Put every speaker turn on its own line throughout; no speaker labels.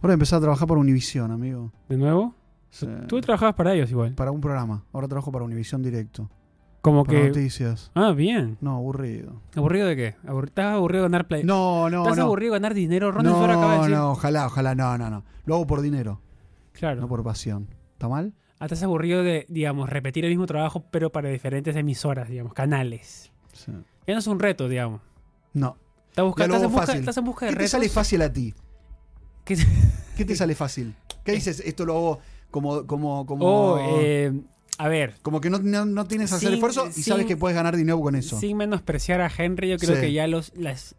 Ahora empecé a trabajar para Univision, amigo.
¿De nuevo?
Sí.
Tú trabajabas para ellos igual.
Para un programa. Ahora trabajo para Univision Directo.
Como
Para
que.
noticias.
Ah, bien.
No, aburrido.
¿Aburrido de qué? Abur- ¿Estás aburrido de ganar play?
No, no,
Eh, ¿Estás
no.
aburrido de ganar dinero? Ron
no,
Sora acaba de decir.
no, ojalá, ojalá, no, no, no. Lo hago por dinero,
Claro.
no por pasión. ¿Está mal?
Ah, Estás aburrido de, digamos, repetir el mismo trabajo, pero para diferentes emisoras, digamos, canales.
Sí.
Ya no es un reto, digamos.
No.
Estás, busca-
Ya lo
estás, en,
hago
busca,
fácil.
estás en busca de
¿Qué te
retos.
sale fácil a ti?
¿Qué-
¿Qué
Eh,
te sale fácil? ¿Qué dices? Esto lo hago como, como, como,
Oh, eh, a ver,
como que no, no, no tienes que hacer
sin-
esfuerzo y
sin-
sabes que puedes ganar dinero con eso.
sin menospreciar a Henry, yo creo
Sí.
que ya los las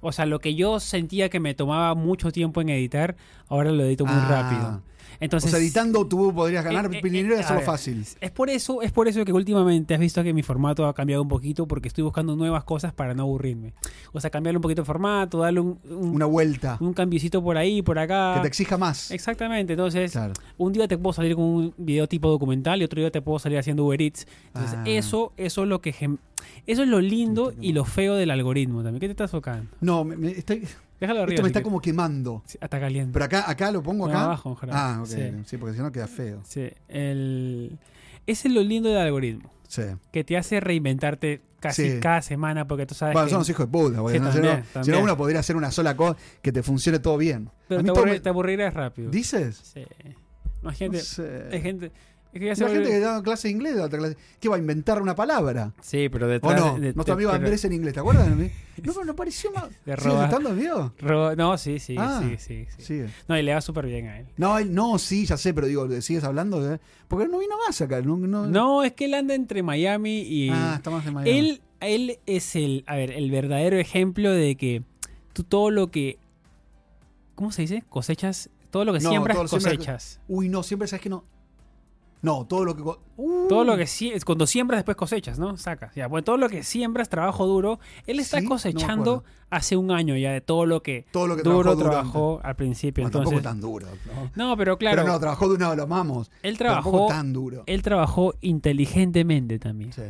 o sea, lo que yo sentía que me tomaba mucho tiempo en editar, ahora lo edito muy
Ah.
rápido.
o
Entonces,
sea, editando tú podrías ganar
Eh, eh,
dinero y
eh, a
hacerlo
ver.
fácil.
es por eso, es por eso que últimamente has visto que mi formato ha cambiado un poquito porque estoy buscando nuevas cosas para no aburrirme. O sea, cambiarle un poquito el formato, darle un un,
Una vuelta
un cambiecito por ahí, por
que
acá.
te exija más.
Exactamente, entonces
Claro.
un día te puedo salir con un video tipo documental y otro día te puedo salir haciendo Uber Eats. Entonces,
Ah.
eso, eso es lo que gem- eso es lo lindo y lo feo del algoritmo también. ¿Qué te estás tocando?
No, me- me- estoy-
Déjalo arriba.
esto me
si
está
que-
como quemando.
sí, hasta caliente.
Pero acá, acá lo pongo
No,
acá.
abajo, ojalá.
ah, ok.
Sí.
Sí, porque si no queda feo.
Sí, el- Ese es lo lindo del algoritmo,
Sí.
que te hace reinventarte casi
Sí.
cada semana porque tú sabes
Bueno,
que-
son los hijos de puta, porque
Sí,
no-
también,
si, no, si no
también.
uno podría hacer una sola cosa que te funcione todo bien.
Pero
A mí
te,
todo
aburri-
me-
te aburrirás rápido.
¿Dices?
Sí. Imagínate,
No sé.
hay gente... es que ya se
La gente
vuelve-
que da clase de inglés, da otra clase- ¿qué va a inventar una palabra?
Sí, pero
¿O
detrás...
no?
de- de-
Nuestro amigo
pero-
Andrés en inglés, ¿te acuerdas? de mí? No, pero no pareció más. ¿Sigue
De robar.
estando amigo?
Ro- No, sí, sí,
Ah.
sí, sí, sí.
Sigue.
No, y le va súper bien a él.
No, él- no, sí, ya sé, pero digo, ¿sigues hablando? de- Porque no vino más acá. No, no-
No, es que él anda entre Miami y.
Ah, está más de Miami.
él, él es el, a ver, el verdadero ejemplo de que tú todo lo que. ¿Cómo se dice? Cosechas. Todo lo que
No,
siembras,
todo lo que siembras-
cosechas.
Uy, no, siempre sabes que no. No, todo lo que. co- Uh,
Todo lo que sie- cuando siembras, después cosechas, ¿no? Sacas. Ya, bueno, todo lo que siembras, trabajo duro. Él está
Sí, no me
cosechando hace un año ya de todo lo que
Todo lo que
duro
trabajó
trabajó al principio.
Bueno,
entonces,
tampoco tan duro. ¿no?
no, pero claro,
Pero no, trabajó de una, lo amamos.
él
Tampoco
trabajó,
tan duro.
él trabajó inteligentemente también.
Sí.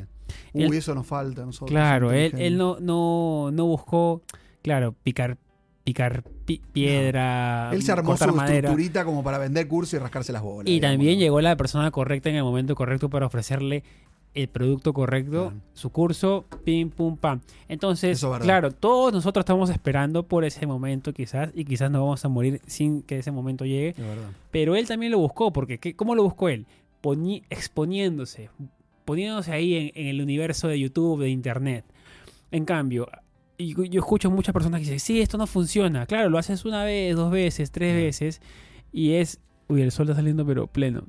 Uy,
él-
eso nos falta a nosotros.
Claro, él,
inteligentes.
él no, no, no buscó, claro, picar, picar pi- piedra,
Él se armó
cortar
su
madera.
estructurita como para vender curso y rascarse las bolas.
Y
digamos,
también
¿no?
llegó la persona correcta en el momento correcto para ofrecerle el producto correcto,
Claro.
su curso, pim, pum, pam. Entonces,
Eso es verdad.
claro, todos nosotros estamos esperando por ese momento quizás, y quizás nos vamos a morir sin que ese momento llegue,
De verdad.
pero él también lo buscó, porque ¿qué- ¿cómo lo buscó él? Poni- exponiéndose, poniéndose ahí en, en el universo de YouTube, de Internet. En cambio, y yo, yo escucho muchas personas que dicen, sí, esto no funciona. Claro, lo haces una vez, dos veces, tres
Ajá.
veces, y es... Uy, el sol está saliendo, pero pleno.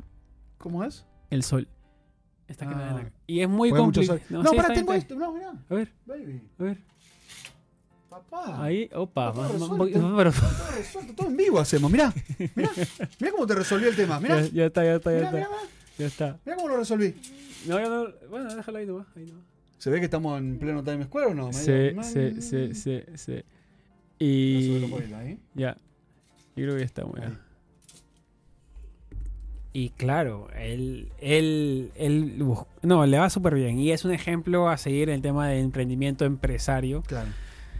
¿Cómo es?
El sol. Está que me da la-
Ah.
Y es muy
Fue mucho
complicado.
sol. No,
sí,
pará,
está bien,
tengo
está
esto. No, mirá.
bien. A ver,
Baby,
a ver.
papá.
Ahí, opa.
Está todo
ma- ma-
resuelto.
ma- pero-
Todo resuelto, todo en vivo hacemos. Mirá. Mirá. Mirá cómo te resolvió el tema. Mirá.
ya, ya está, ya está, ya
Mirá, mirá,
está.
mirá.
Ya está.
Mirá cómo lo resolví.
No, ya no- Bueno, déjalo ahí nomás. Ahí nomás.
¿Se ve que estamos en pleno Times Square o no? Mm.
Sí, sí, sí, sí, sí. Y ya, yo creo que está bueno. Y claro, él, él, él, bus- no, le va súper bien. Y es un ejemplo a seguir en el tema de emprendimiento empresario.
Claro.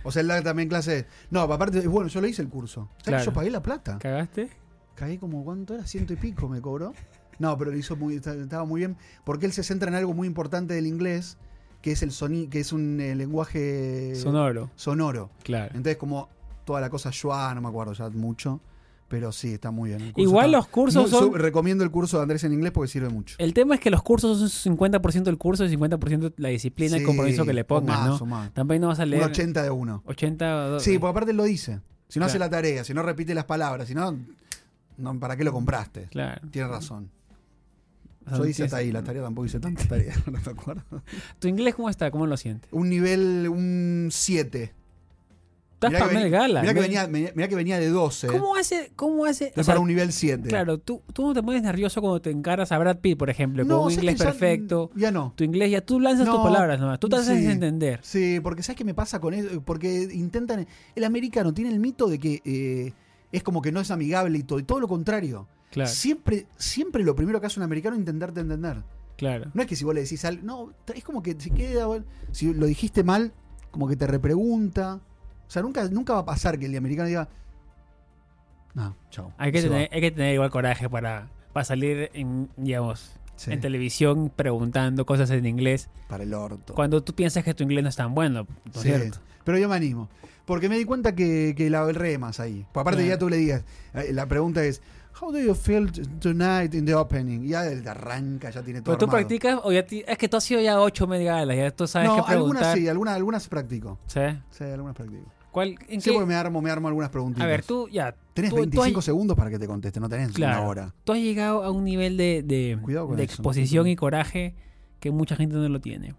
O sea, él da también clase. No, aparte, es bueno, yo le hice el curso. ¿Sabes que
Claro.
yo pagué la plata?
¿Cagaste?
Caí como, ¿cuánto era? Ciento y pico me cobró. No, pero lo hizo muy, esta- estaba muy bien. Porque él se centra en algo muy importante del inglés, que es el soni que es un eh, lenguaje
Sonoro,
sonoro.
claro.
Entonces, como toda la cosa yo no me acuerdo ya mucho. Pero sí, está muy bien. El curso
Igual
está
los cursos
muy-
son...
su- Recomiendo el curso de Andrés en inglés porque sirve mucho.
El tema es que los cursos son 50% el curso y 50% la disciplina
Sí,
y el compromiso que le
o
pongas,
más,
¿no?
o más.
También no vas a
Un
leer
80 de uno.
80 o do-
Sí, porque aparte él lo dice. Si no hace
Claro.
la tarea, si no repite las palabras, si no, no, ¿para qué lo compraste?
Claro.
Tienes razón.
O sea,
Yo hice
es-
hasta ahí, la tarea tampoco hice tanta tarea, no me acuerdo.
¿Tu inglés cómo está? ¿Cómo lo sientes?
Un nivel, un 7.
Estás
Mirá que
Pamela
veni-
Gala.
Mirá que,
¿no?
venía, mirá que venía de 12.
¿Cómo hace? ¿Cómo hace?
Estoy
o sea,
para un nivel 7.
Claro, tú, tú no te pones nervioso cuando te encaras a Brad Pitt, por ejemplo, con un
¿sabes
inglés
qué? Ya-
perfecto.
Ya no.
Tu inglés ya tú lanzas tus
No,
palabras nomás, tú te haces
sí.
entender.
Sí, porque ¿sabes qué me pasa con eso? Porque intentan. El americano tiene el mito de que eh, es como que no es amigable y todo, y todo lo contrario.
Claro,
Siempre, siempre lo primero que hace un americano es intentarte entender.
claro.
No es que si vos le decís algo. No, tra- es como que se queda. bueno, Si lo dijiste mal, como que te repregunta. O sea, nunca, nunca va a pasar que el americano diga. No, chau.
Hay que,
se
tener,
va.
hay que tener igual coraje para, para salir, en, digamos,
Sí,
en televisión preguntando cosas en inglés
para el orto.
cuando tú piensas que tu inglés no es tan bueno. ¿no es
Sí,
cierto?
Pero yo me animo. Porque me di cuenta que, que la re más ahí. Pues aparte
Claro.
ya tú le digas, eh, la pregunta es, how do you feel t- tonight in the opening? Y ya él te arranca, ya tiene todo
Pero Pues tú
armado.
practicas, o ya ti- es que tú has sido ya ocho medigalas, ya tú sabes
No,
qué preguntar.
algunas sí, algunas, algunas practico.
¿Sí?
Sí, algunas practico.
¿Cuál, en
Sí,
qué-
porque me armo, me armo algunas preguntitas.
A ver, tú ya.
Tenés
tú- tú has-
25 segundos para que te conteste, no tenés
Claro.
una hora.
Tú has llegado a un nivel de, de-
Cuidado con
de
eso.
exposición y coraje que mucha gente no lo tiene.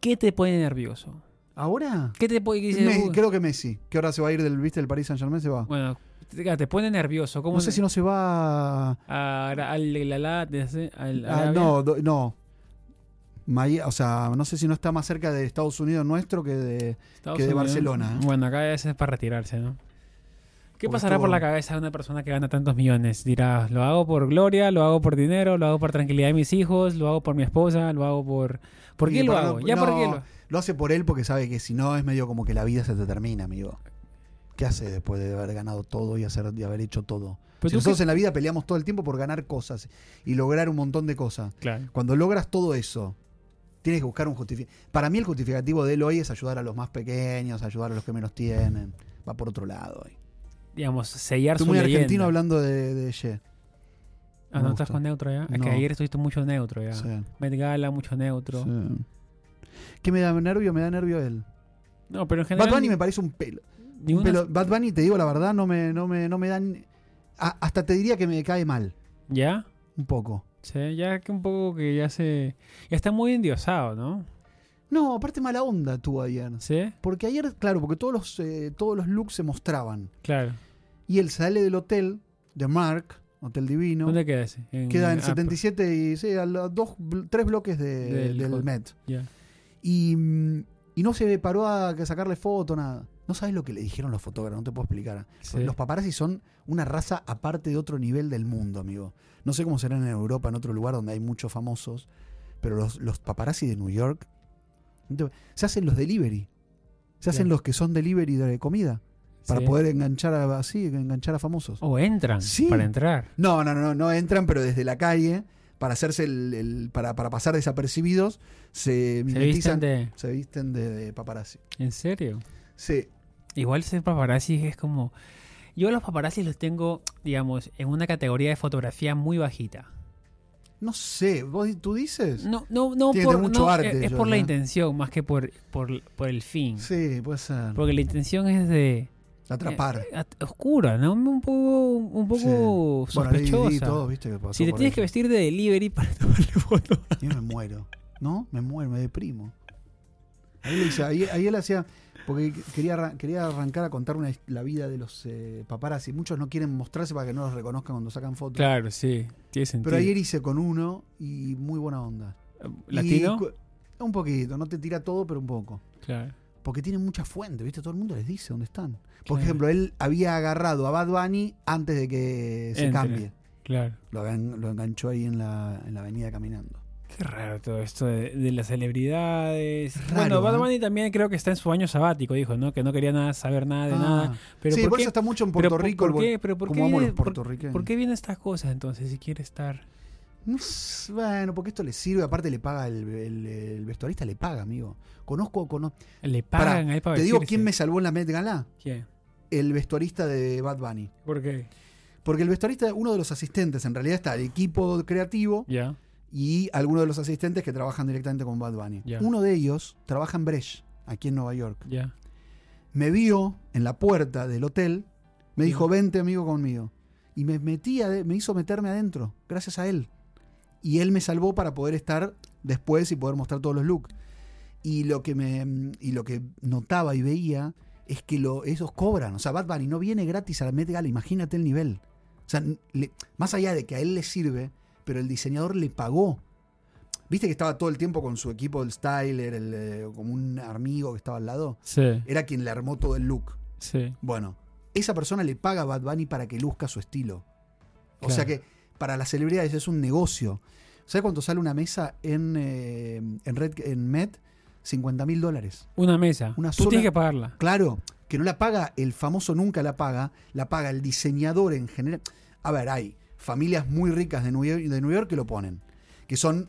¿Qué te pone nervioso?
¿Ahora?
¿Qué te pone... que dices,
Me-
"Uy,
creo que Messi, que ahora se va a ir del, ¿viste? El Paris Saint Germain se va.
uh. Bueno, te, te pone nervioso. ¿Cómo
no sé si no se va a-
a- a- al la la- de hace- al-
Ah,
Arabia?
no, do- no. Mai- o sea, no sé si no está más cerca de Estados Unidos nuestro que de.
Estados
que de
Unidos.
Barcelona, ¿eh?
Bueno, acá ese es para retirarse, ¿no? ¿Qué
Porque
pasará
estuvo-
por la cabeza de una persona que gana tantos millones? Dirá, lo hago por gloria, lo hago por dinero, lo hago por tranquilidad de mis hijos, lo hago por mi esposa, lo hago por... ¿Por
Y
qué lo
para-
hago? ¿Ya por qué lo
no, Lo hace por él porque sabe que si no es medio como que la vida se te termina, amigo. ¿Qué hace después de haber ganado todo y hacer, de haber hecho todo?
Pero
Si
tú
nosotros en la vida peleamos todo el tiempo por ganar cosas y lograr un montón de cosas.
qué- Claro.
Cuando logras todo eso, tienes que buscar un justificativo. Para mí el justificativo de él hoy es ayudar a los más pequeños, ayudar a los que menos tienen. Va por otro lado. hoy.
Digamos, sellar
Estoy
su
muy
leyenda.
argentino hablando de, de Ye.
Ah,
Me
no estás
gusta.
con neutro ya. Es que
No.
ayer estuviste mucho neutro ya.
Sí.
Met Gala, mucho neutro.
Sí. ¿Qué me da nervio? Me da nervio él.
No, pero en general.
Bad Bunny me parece un pelo.
ni
un
una-
pelo- Bad Bunny, te digo la verdad, no me, no me, no me dan. a- hasta te diría que me cae mal,
¿Ya?
un poco.
Sí, ya que un poco que ya se. Ya está muy endiosado, ¿no?
No, aparte mala onda tú ayer.
Sí,
Porque ayer, claro, porque todos los, eh, todos los looks se mostraban.
claro.
Y él sale del hotel de Mark, Hotel Divino.
¿Dónde queda ese? En-
Queda en
ah,
77 y sí, a los dos, bl- tres bloques de-
Del
del
hotel.
Met.
pero- ya.
Y, mm, y no se paró a que sacarle foto, nada. No sabes lo que le dijeron los fotógrafos, no te puedo explicar.
Sí.
Los paparazzi son una raza aparte de otro nivel del mundo, amigo. No sé cómo serán en Europa, en otro lugar donde hay muchos famosos, pero los, los paparazzi de New York de- se hacen los delivery. Se hacen
Claro.
los que son delivery de comida para
Sí.
poder enganchar a, así, enganchar a famosos.
O entran
Sí.
para entrar.
No, no, no, no, no entran, pero desde la calle para hacerse el, el- para, para pasar desapercibidos se
Se visten
mimetizan,
de.
se visten de, de paparazzi.
¿En serio?
Sí,
Igual ser paparazzi es como. Yo a los paparazzi los tengo, digamos, en una categoría de fotografía muy bajita.
no sé, ¿vos, tú dices?
No, no, no,
Tiene
por,
mucho
no,
arte,
es- es
yo
por la
creo.
intención más que por, por, por el fin.
Sí, puede ser.
Porque la intención es de
Atrapar.
at- oscura, ¿no? Un poco, Eh, un poco
Bueno, Lady Di,
sospechosa.
todo, viste, que pasó
si te
por
tienes que
eso.
vestir de delivery para tomarle foto.
Yo me muero. ¿No? Me muero, me deprimo. Ahí, le hice- ahí- ahí él hacía. Porque quería, arran- quería arrancar a contar una his- la vida de los eh, paparazzi. Muchos no quieren mostrarse para que no los reconozcan cuando sacan fotos.
Claro, sí, tiene sentido.
Pero ayer hice con uno y muy buena onda.
¿Latino?
Y cu- un poquito, no te tira todo, pero un poco.
Claro.
Porque tiene muchas fuentes, ¿viste? Todo el mundo les dice dónde están. Por
Claro.
ejemplo, él había agarrado a Bad Bunny antes de que se
Entre.
cambie.
Claro.
Lo, agan- lo enganchó ahí en la, en la avenida caminando.
Qué raro todo esto de, de las celebridades. bueno,
Raro,
Bad
¿eh?
Bunny también creo que está en su año sabático, dijo, ¿no? Que no quería nada, saber nada de
Ah.
nada. Pero
sí,
¿por
por,
qué-
eso está mucho en
pero
Puerto
por-
Rico. el
¿Por
buen-
qué? ¿Pero por qué
como amo a
viene-
los
por-
puertorriqueños.
¿Por qué vienen estas cosas entonces si quiere estar?
No sé, bueno, porque esto le sirve. Aparte, le paga el, el- el vestuarista, le paga, amigo. Conozco, conozco.
Le
Pará,
pagan a él para
Te digo
vestirse.
quién me salvó en la Met Gala:
¿Quién?
el vestuarista de Bad Bunny.
¿Por qué?
Porque el vestuarista, uno de los asistentes, en realidad está el equipo creativo
Ya.
y algunos de los asistentes que trabajan directamente con Bad Bunny.
Ya.
Uno de ellos trabaja en Brecht, aquí en Nueva York.
Ya.
me vio en la puerta del hotel, me dijo,
Sí.
vente amigo conmigo. Y me metía, me hizo meterme adentro, gracias a él. Y él me salvó para poder estar después y poder mostrar todos los looks. Y lo que, me, y lo que notaba y veía es que lo, esos cobran. O sea, Bad Bunny no viene gratis a la Met Gala, imagínate el nivel. O sea, le- más allá de que a él le sirve, pero el diseñador le pagó. Viste que estaba todo el tiempo con su equipo, el styler, el, eh, como un amigo que estaba al lado
Sí,
era quien le armó todo el look.
sí.
Bueno, esa persona le paga a Bad Bunny para que luzca su estilo. O
Claro.
sea que para las celebridades es un negocio. ¿Sabes cuánto sale una mesa en, eh, en, Red, en Met? 50 mil dólares.
Una mesa.
Una
Tú
sola-
tienes que pagarla.
Claro, que no la paga el famoso nunca la paga, la paga el diseñador en general. A ver, hay familias muy ricas de Nueva York, de Nueva York que lo ponen, que son,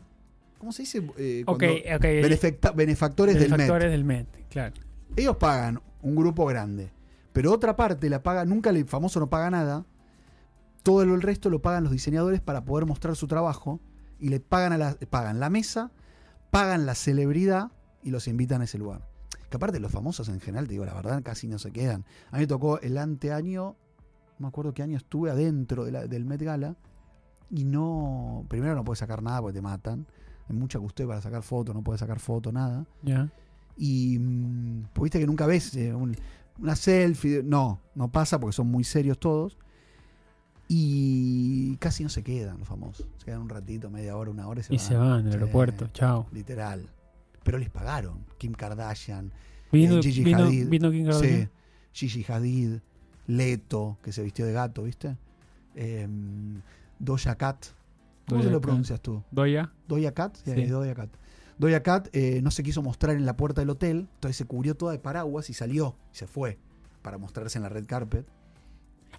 ¿cómo se dice? Eh,
Ok,
cuando-
ok.
benefacta- benefactores del Met.
Benefactores del Met, claro.
Ellos pagan un grupo grande, pero otra parte la paga, nunca el famoso no paga nada. Todo lo- el resto lo pagan los diseñadores para poder mostrar su trabajo y le pagan, a la, pagan la mesa, pagan la celebridad y los invitan a ese lugar. Que aparte los famosos en general, te digo la verdad, casi no se quedan. A mí me tocó el anteaño, no me acuerdo qué año estuve adentro de la- del Met Gala y no, primero no puedes sacar nada porque te matan. Hay mucha custodia para sacar foto, no puedes sacar foto, nada.
Ya.
Y mm, pues viste que nunca ves eh, un- una selfie. No, no pasa porque son muy serios todos. Y casi no se quedan los famosos. Se quedan un ratito, media hora, una hora y se
Y
van.
se van del
Sí,
aeropuerto. Chao.
Literal. Pero les pagaron. Kim Kardashian,
Vino,
Gigi
vino,
Hadid.
vino Kim Kardashian.
sí, Gigi Hadid, Leto, que se vistió de gato, ¿viste? Eh, Doja Cat. ¿Cómo
Doja
se lo
Cat.
pronuncias tú?
Doya.
Doja Cat, sí,
Sí.
Doja Cat. Doja Cat eh, no se quiso mostrar en la puerta del hotel, entonces se cubrió toda de paraguas y salió y se fue para mostrarse en la red carpet.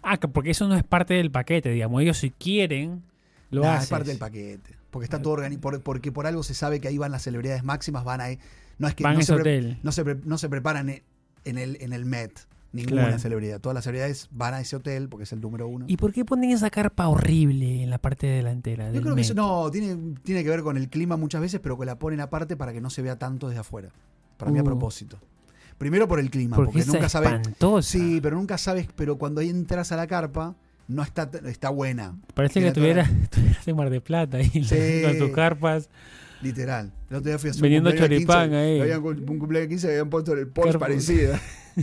Ah, que porque eso no es parte del paquete, digamos. Ellos si quieren, lo
Nah,
hacen.
es parte del paquete, porque está todo organizado, porque por algo se sabe que ahí van las celebridades máximas, van ahí. No es que
Van a
no,
ese
se pre-
hotel.
no se pre- no se preparan e- en el, en el Met ninguna
Claro.
celebridad. Todas las celebridades van a ese hotel porque es el número uno.
¿Y por qué ponen esa carpa horrible en la parte delantera?
Yo creo que eso no, tiene, tiene que ver con el clima muchas veces, pero que la ponen aparte para que no se vea tanto desde afuera. Para mí a
Uh.
propósito. Primero por el clima,
Porque,
porque
esa
nunca sabes
espantosa.
Sí, pero nunca sabes, pero cuando entras a la carpa, no está, está buena,
Parece que
tiene toda la-
tuvieras, tuvieras en Mar de Plata ahí
Sí.
con tus carpas.
literal. El otro día fui a hacer
Vendiendo
cumpleaños de
choripán
15,
ahí.
habían cu- un cumpleaños de 15 y habían puesto el Porsche
Carpa.
parecido.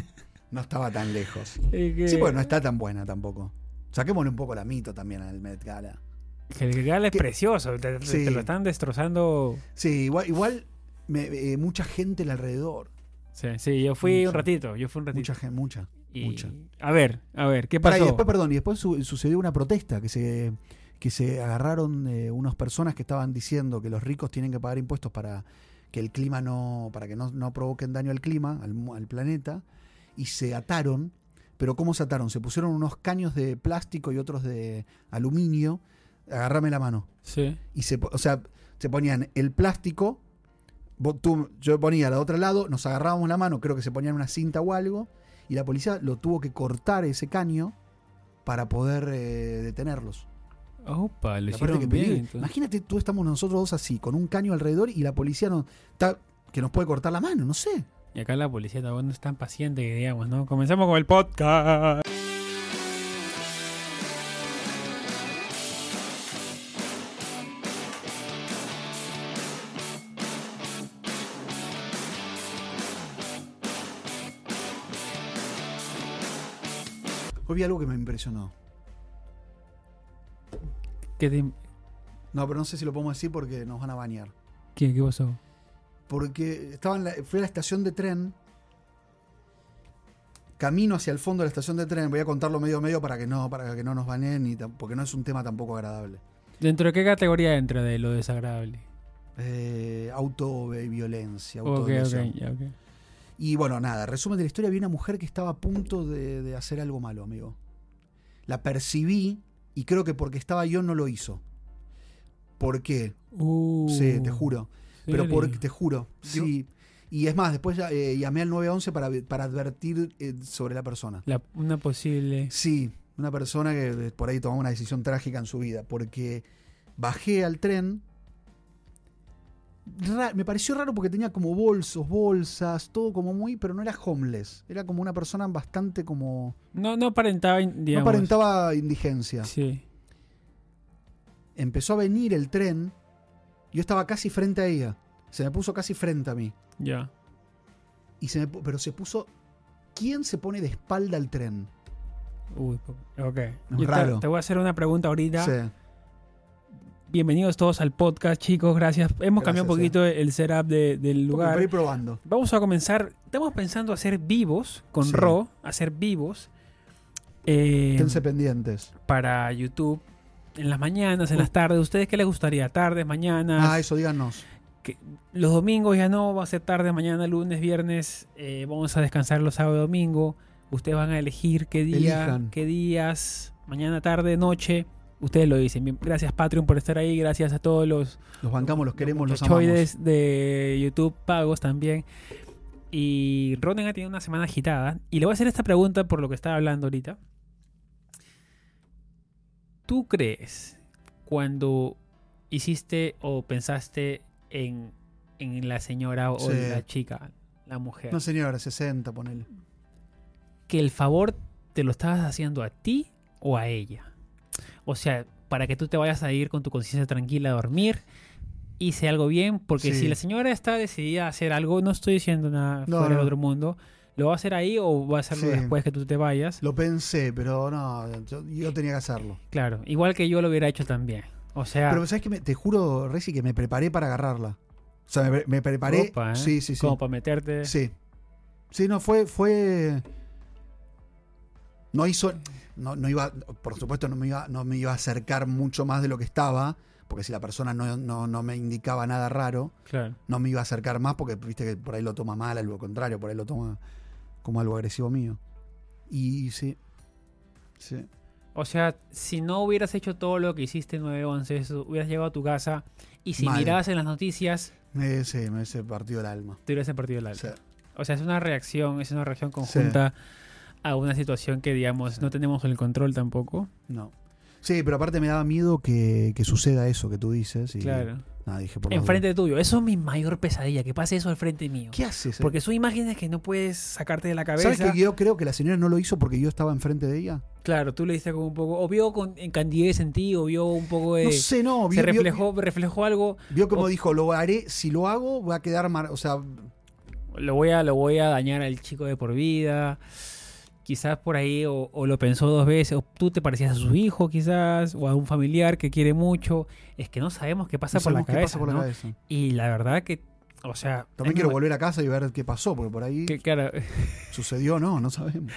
No estaba tan lejos.
Es que-
Sí, porque no está tan buena tampoco. Saquémosle un poco la mito también al Met Gala.
que El gala es
que-
precioso. Te, te-
Sí.
te lo están destrozando.
Sí, igual, igual me- eh, mucha gente al alrededor.
Sí, sí, yo fui
Mucho.
un ratito. Yo fui un ratito.
Mucha gente, mucha.
Y-
mucha.
A ver, a ver, ¿qué
Pará,
pasó?
y después, perdón, y después su- sucedió una protesta que se, que se agarraron eh, unas personas que estaban diciendo que los ricos tienen que pagar impuestos para que el clima no, para que no, no provoquen daño al clima, al, mu- al planeta, y se ataron. Pero ¿cómo se ataron? Se pusieron unos caños de plástico y otros de aluminio. Agárrame la mano.
Sí.
Y se, po- o sea, se ponían el plástico. vos- tú- yo ponía la otra lado, nos agarrábamos la mano, creo que se ponían una cinta o algo. Y la policía lo tuvo que cortar ese caño para poder eh, detenerlos.
Opa, lo
Y aparte
hicieron
que
bien.
peligro.
entonces.
Imagínate, tú estamos nosotros dos así, con un caño alrededor y la policía no, ta- que nos puede cortar la mano, no sé.
Y acá la policía tampoco no es tan paciente que digamos, ¿no? Comenzamos con el podcast.
Hoy vi algo que me impresionó.
¿Qué, te-
No, pero no sé si lo podemos decir porque nos van a bañar.
qué, qué pasó?
porque estaba en la- fui a la estación de tren. Camino hacia el fondo de la estación de tren, voy a contarlo medio a medio para que no, para que no nos baneen y tam- porque no es un tema tampoco agradable.
¿Dentro de qué categoría entra de lo desagradable?
Eh, auto eh, violencia, auto
Ok, ok, ya, ok.
Y bueno, nada, resumen de la historia, había una mujer que estaba a punto de, de hacer algo malo, amigo. La percibí y creo que porque estaba yo no lo hizo. ¿Por qué?
Uh,
sí, te juro. Pero
serio.
por, te juro,
Digo-
sí. Y es más, después ya, eh, llamé al 911 para, para advertir eh, sobre la persona.
La- una posible.
Sí, una persona que eh, por ahí tomó una decisión trágica en su vida, porque bajé al tren. Ra- me pareció raro porque tenía como bolsos, bolsas, todo como muy, pero no era homeless. Era como una persona bastante como...
No, no aparentaba, in- digamos.
No aparentaba indigencia.
Sí.
Empezó a venir el tren. Yo estaba casi frente a ella. Se me puso casi frente a mí.
Ya.
Y se me pu- pero se puso. ¿Quién se pone de espalda al tren?
Uy, ok. Yo
raro.
Te, te voy a hacer una pregunta ahorita.
Sí.
Bienvenidos todos al podcast, chicos. Gracias. Hemos cambiado un
Gracias, eh.
poquito el setup de- del
Porque
lugar.
Para ir probando.
Vamos a comenzar. Estamos pensando hacer vivos con
Sí.
Ro, hacer vivos eh,
Tense pendientes.
para YouTube en las mañanas, en las tardes. ¿Ustedes qué les gustaría? ¿Tardes, mañanas?
Ah, eso díganos.
que los domingos ya no, va a ser tarde, mañana, lunes, viernes, eh, vamos a descansar los sábados y domingo. Ustedes van a elegir qué día,
Elijan.
qué días, mañana, tarde, noche. Ustedes lo dicen. Bien, Gracias Patreon por estar ahí, gracias a todos los
Los bancamos, los queremos, los amamos.
muchachoides de YouTube pagos también. Y Ronen ha tenido una semana agitada. Y le voy a hacer esta pregunta por lo que estaba hablando ahorita. ¿Tú crees cuando hiciste o pensaste en, en la señora o
Sí.
la chica, la mujer,
No, señora, 60, ponele.
que el favor te lo estabas haciendo a ti o a ella? O sea, para que tú te vayas a ir con tu conciencia tranquila a dormir, hice algo bien, porque
Sí.
si la señora está decidida a hacer algo, no estoy diciendo nada
No,
fuera del
no.
otro mundo, ¿lo va a hacer ahí o va a hacerlo
Sí.
después que tú te vayas?
Lo pensé, pero no, yo, yo tenía que hacerlo.
Claro, igual que yo lo hubiera hecho también. O sea,
Pero sabes que te juro, Reci, que me preparé para agarrarla. O sea, me, pre- me preparé.
opa, ¿eh?
Sí, sí, sí.
como para meterte.
Sí. Sí, no, fue. fue... No hizo. No, no iba. Por supuesto, no me iba, no me iba a acercar mucho más de lo que estaba. Porque si la persona no, no- no me indicaba nada raro,
Claro.
no me iba a acercar más porque viste que por ahí lo toma mal, algo contrario, por ahí lo toma como algo agresivo mío. Y sí. Sí.
O sea, si no hubieras hecho todo lo que hiciste en 9-11, eso, hubieras llegado a tu casa y si
Mal.
mirabas en las noticias,
Me ese, me ese partido el alma.
te hubieras partido el
O
alma.
sea,
O sea, es una reacción, es una reacción conjunta a una situación que, digamos, no tenemos el control tampoco.
no. Sí, pero aparte me daba miedo que, que suceda eso que tú dices. Y,
Claro.
Nada, dije por las
Enfrente tuyo. Eso es mi mayor pesadilla, que pase eso al frente mío.
dudas. ¿Qué haces?
Porque son imágenes que no puedes sacarte de la cabeza.
¿Sabes que yo creo que la señora no lo hizo porque yo estaba enfrente de ella?
Claro, tú le diste como un poco. O vio con, en candidez en ti, o vio un poco de.
no sé, no. Vio,
se
vio-
reflejó, reflejó algo.
vio como
o-
dijo, lo haré, si lo hago, va a quedar mar- O sea,
Lo voy, a, lo voy a dañar al chico de por vida. Quizás por ahí, o, o lo pensó dos veces, o tú te parecías a su hijo, quizás, o a un familiar que quiere mucho. Es que no sabemos qué pasa
no
por la
sabemos qué
cabeza.
pasa por la
¿no?
cabeza.
Y la verdad que, o sea...
También
es
quiero
normal-
volver a casa y ver qué pasó, porque por ahí
que- claro.
sucedió, no, no sabemos.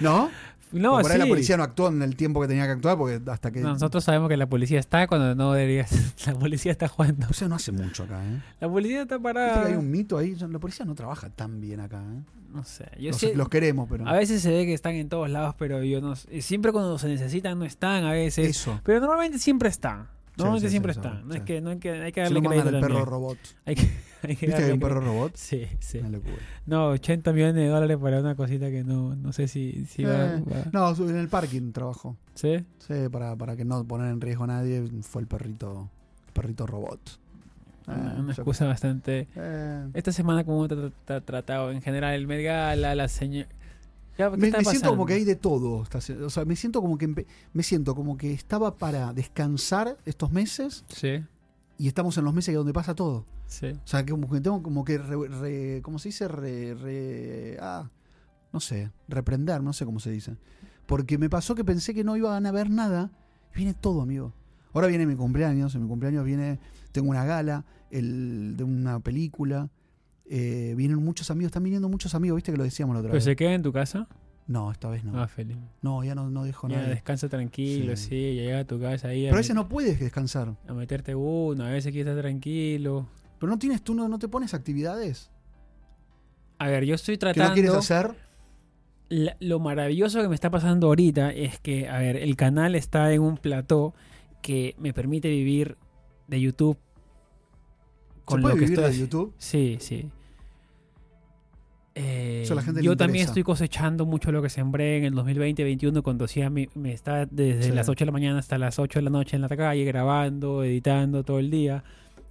¿No?
No,
Porque por ahí la
sí.
policía no actuó en el tiempo que tenía que actuar, porque hasta que.
Nosotros sabemos que la policía está cuando no debería La policía está jugando.
O sea, no hace mucho acá, ¿eh?
La policía está
Viste que
parada.
hay un mito ahí. La policía no trabaja tan bien acá, ¿eh?
No sé. Yo
Los,
sé-
los queremos, pero.
A veces se ve que están en todos lados, pero yo no sé. Siempre cuando se necesitan no están a veces.
eso.
Pero normalmente siempre están. Normalmente
sí,
siempre
sí,
están.
sí,
no es
sí.
que no hay que, hay que
Se
darle
lo mandan
crédito
al perro
también.
robot.
Hay que, hay
¿Viste que
que
hay
darle
un perro
crédito.
robot?
Sí, sí.
Una locura.
No, 80 millones de dólares para una cosita que no, no sé si, si va,
Eh,
va-
No, en el parking trabajó.
¿Sí?
Sí, para, para que no poner en riesgo a nadie, fue el perrito, el perrito robot. Eh,
Una, una
yo-
excusa bastante.
eh,
Esta semana, ¿cómo te ha te ha tratado en general el Met Gala, la señora.
me, me siento como que hay de todo. esta se- O sea, me siento como que empe- me siento como que estaba para descansar estos meses
Sí,
y estamos en los meses donde pasa todo.
sí.
O sea, que como que tengo como que re- re- ¿cómo se dice? Re- re- ah, no sé, reprender, no sé cómo se dice. Porque me pasó que pensé que no iban a ver nada. y Viene todo, amigo. Ahora viene mi cumpleaños, en mi cumpleaños viene, tengo una gala el, de una película. eh, vienen muchos amigos, están viniendo muchos amigos, viste que lo decíamos la otra
¿Pero
vez.
se queda en tu casa?
No, esta vez no.
Pues Ah, feliz.
No, ya no, no dejo
Ya
nada.
descansa tranquilo,
Sí.
sí. llega a tu casa ahí a,
Pero a
met-
veces no puedes descansar.
a meterte uno, a veces quieres estar tranquilo.
Pero no tienes, tú no, no te pones actividades
A ver, yo estoy
que no
tratando.
quieres hacer.
La- lo maravilloso que me está pasando ahorita es que, a ver, el canal está en un plató que me permite vivir de YouTube
¿Se
con
puede
lo que
vivir
estoy
de YouTube?
Sí, sí. Eh,
Eso a la gente le
yo también
interesa.
estoy cosechando mucho lo que sembré en el 2020-2021 cuando hacía mi- me estaba desde
Sí.
las 8 de la mañana hasta las 8 de la noche en la calle grabando, editando todo el día.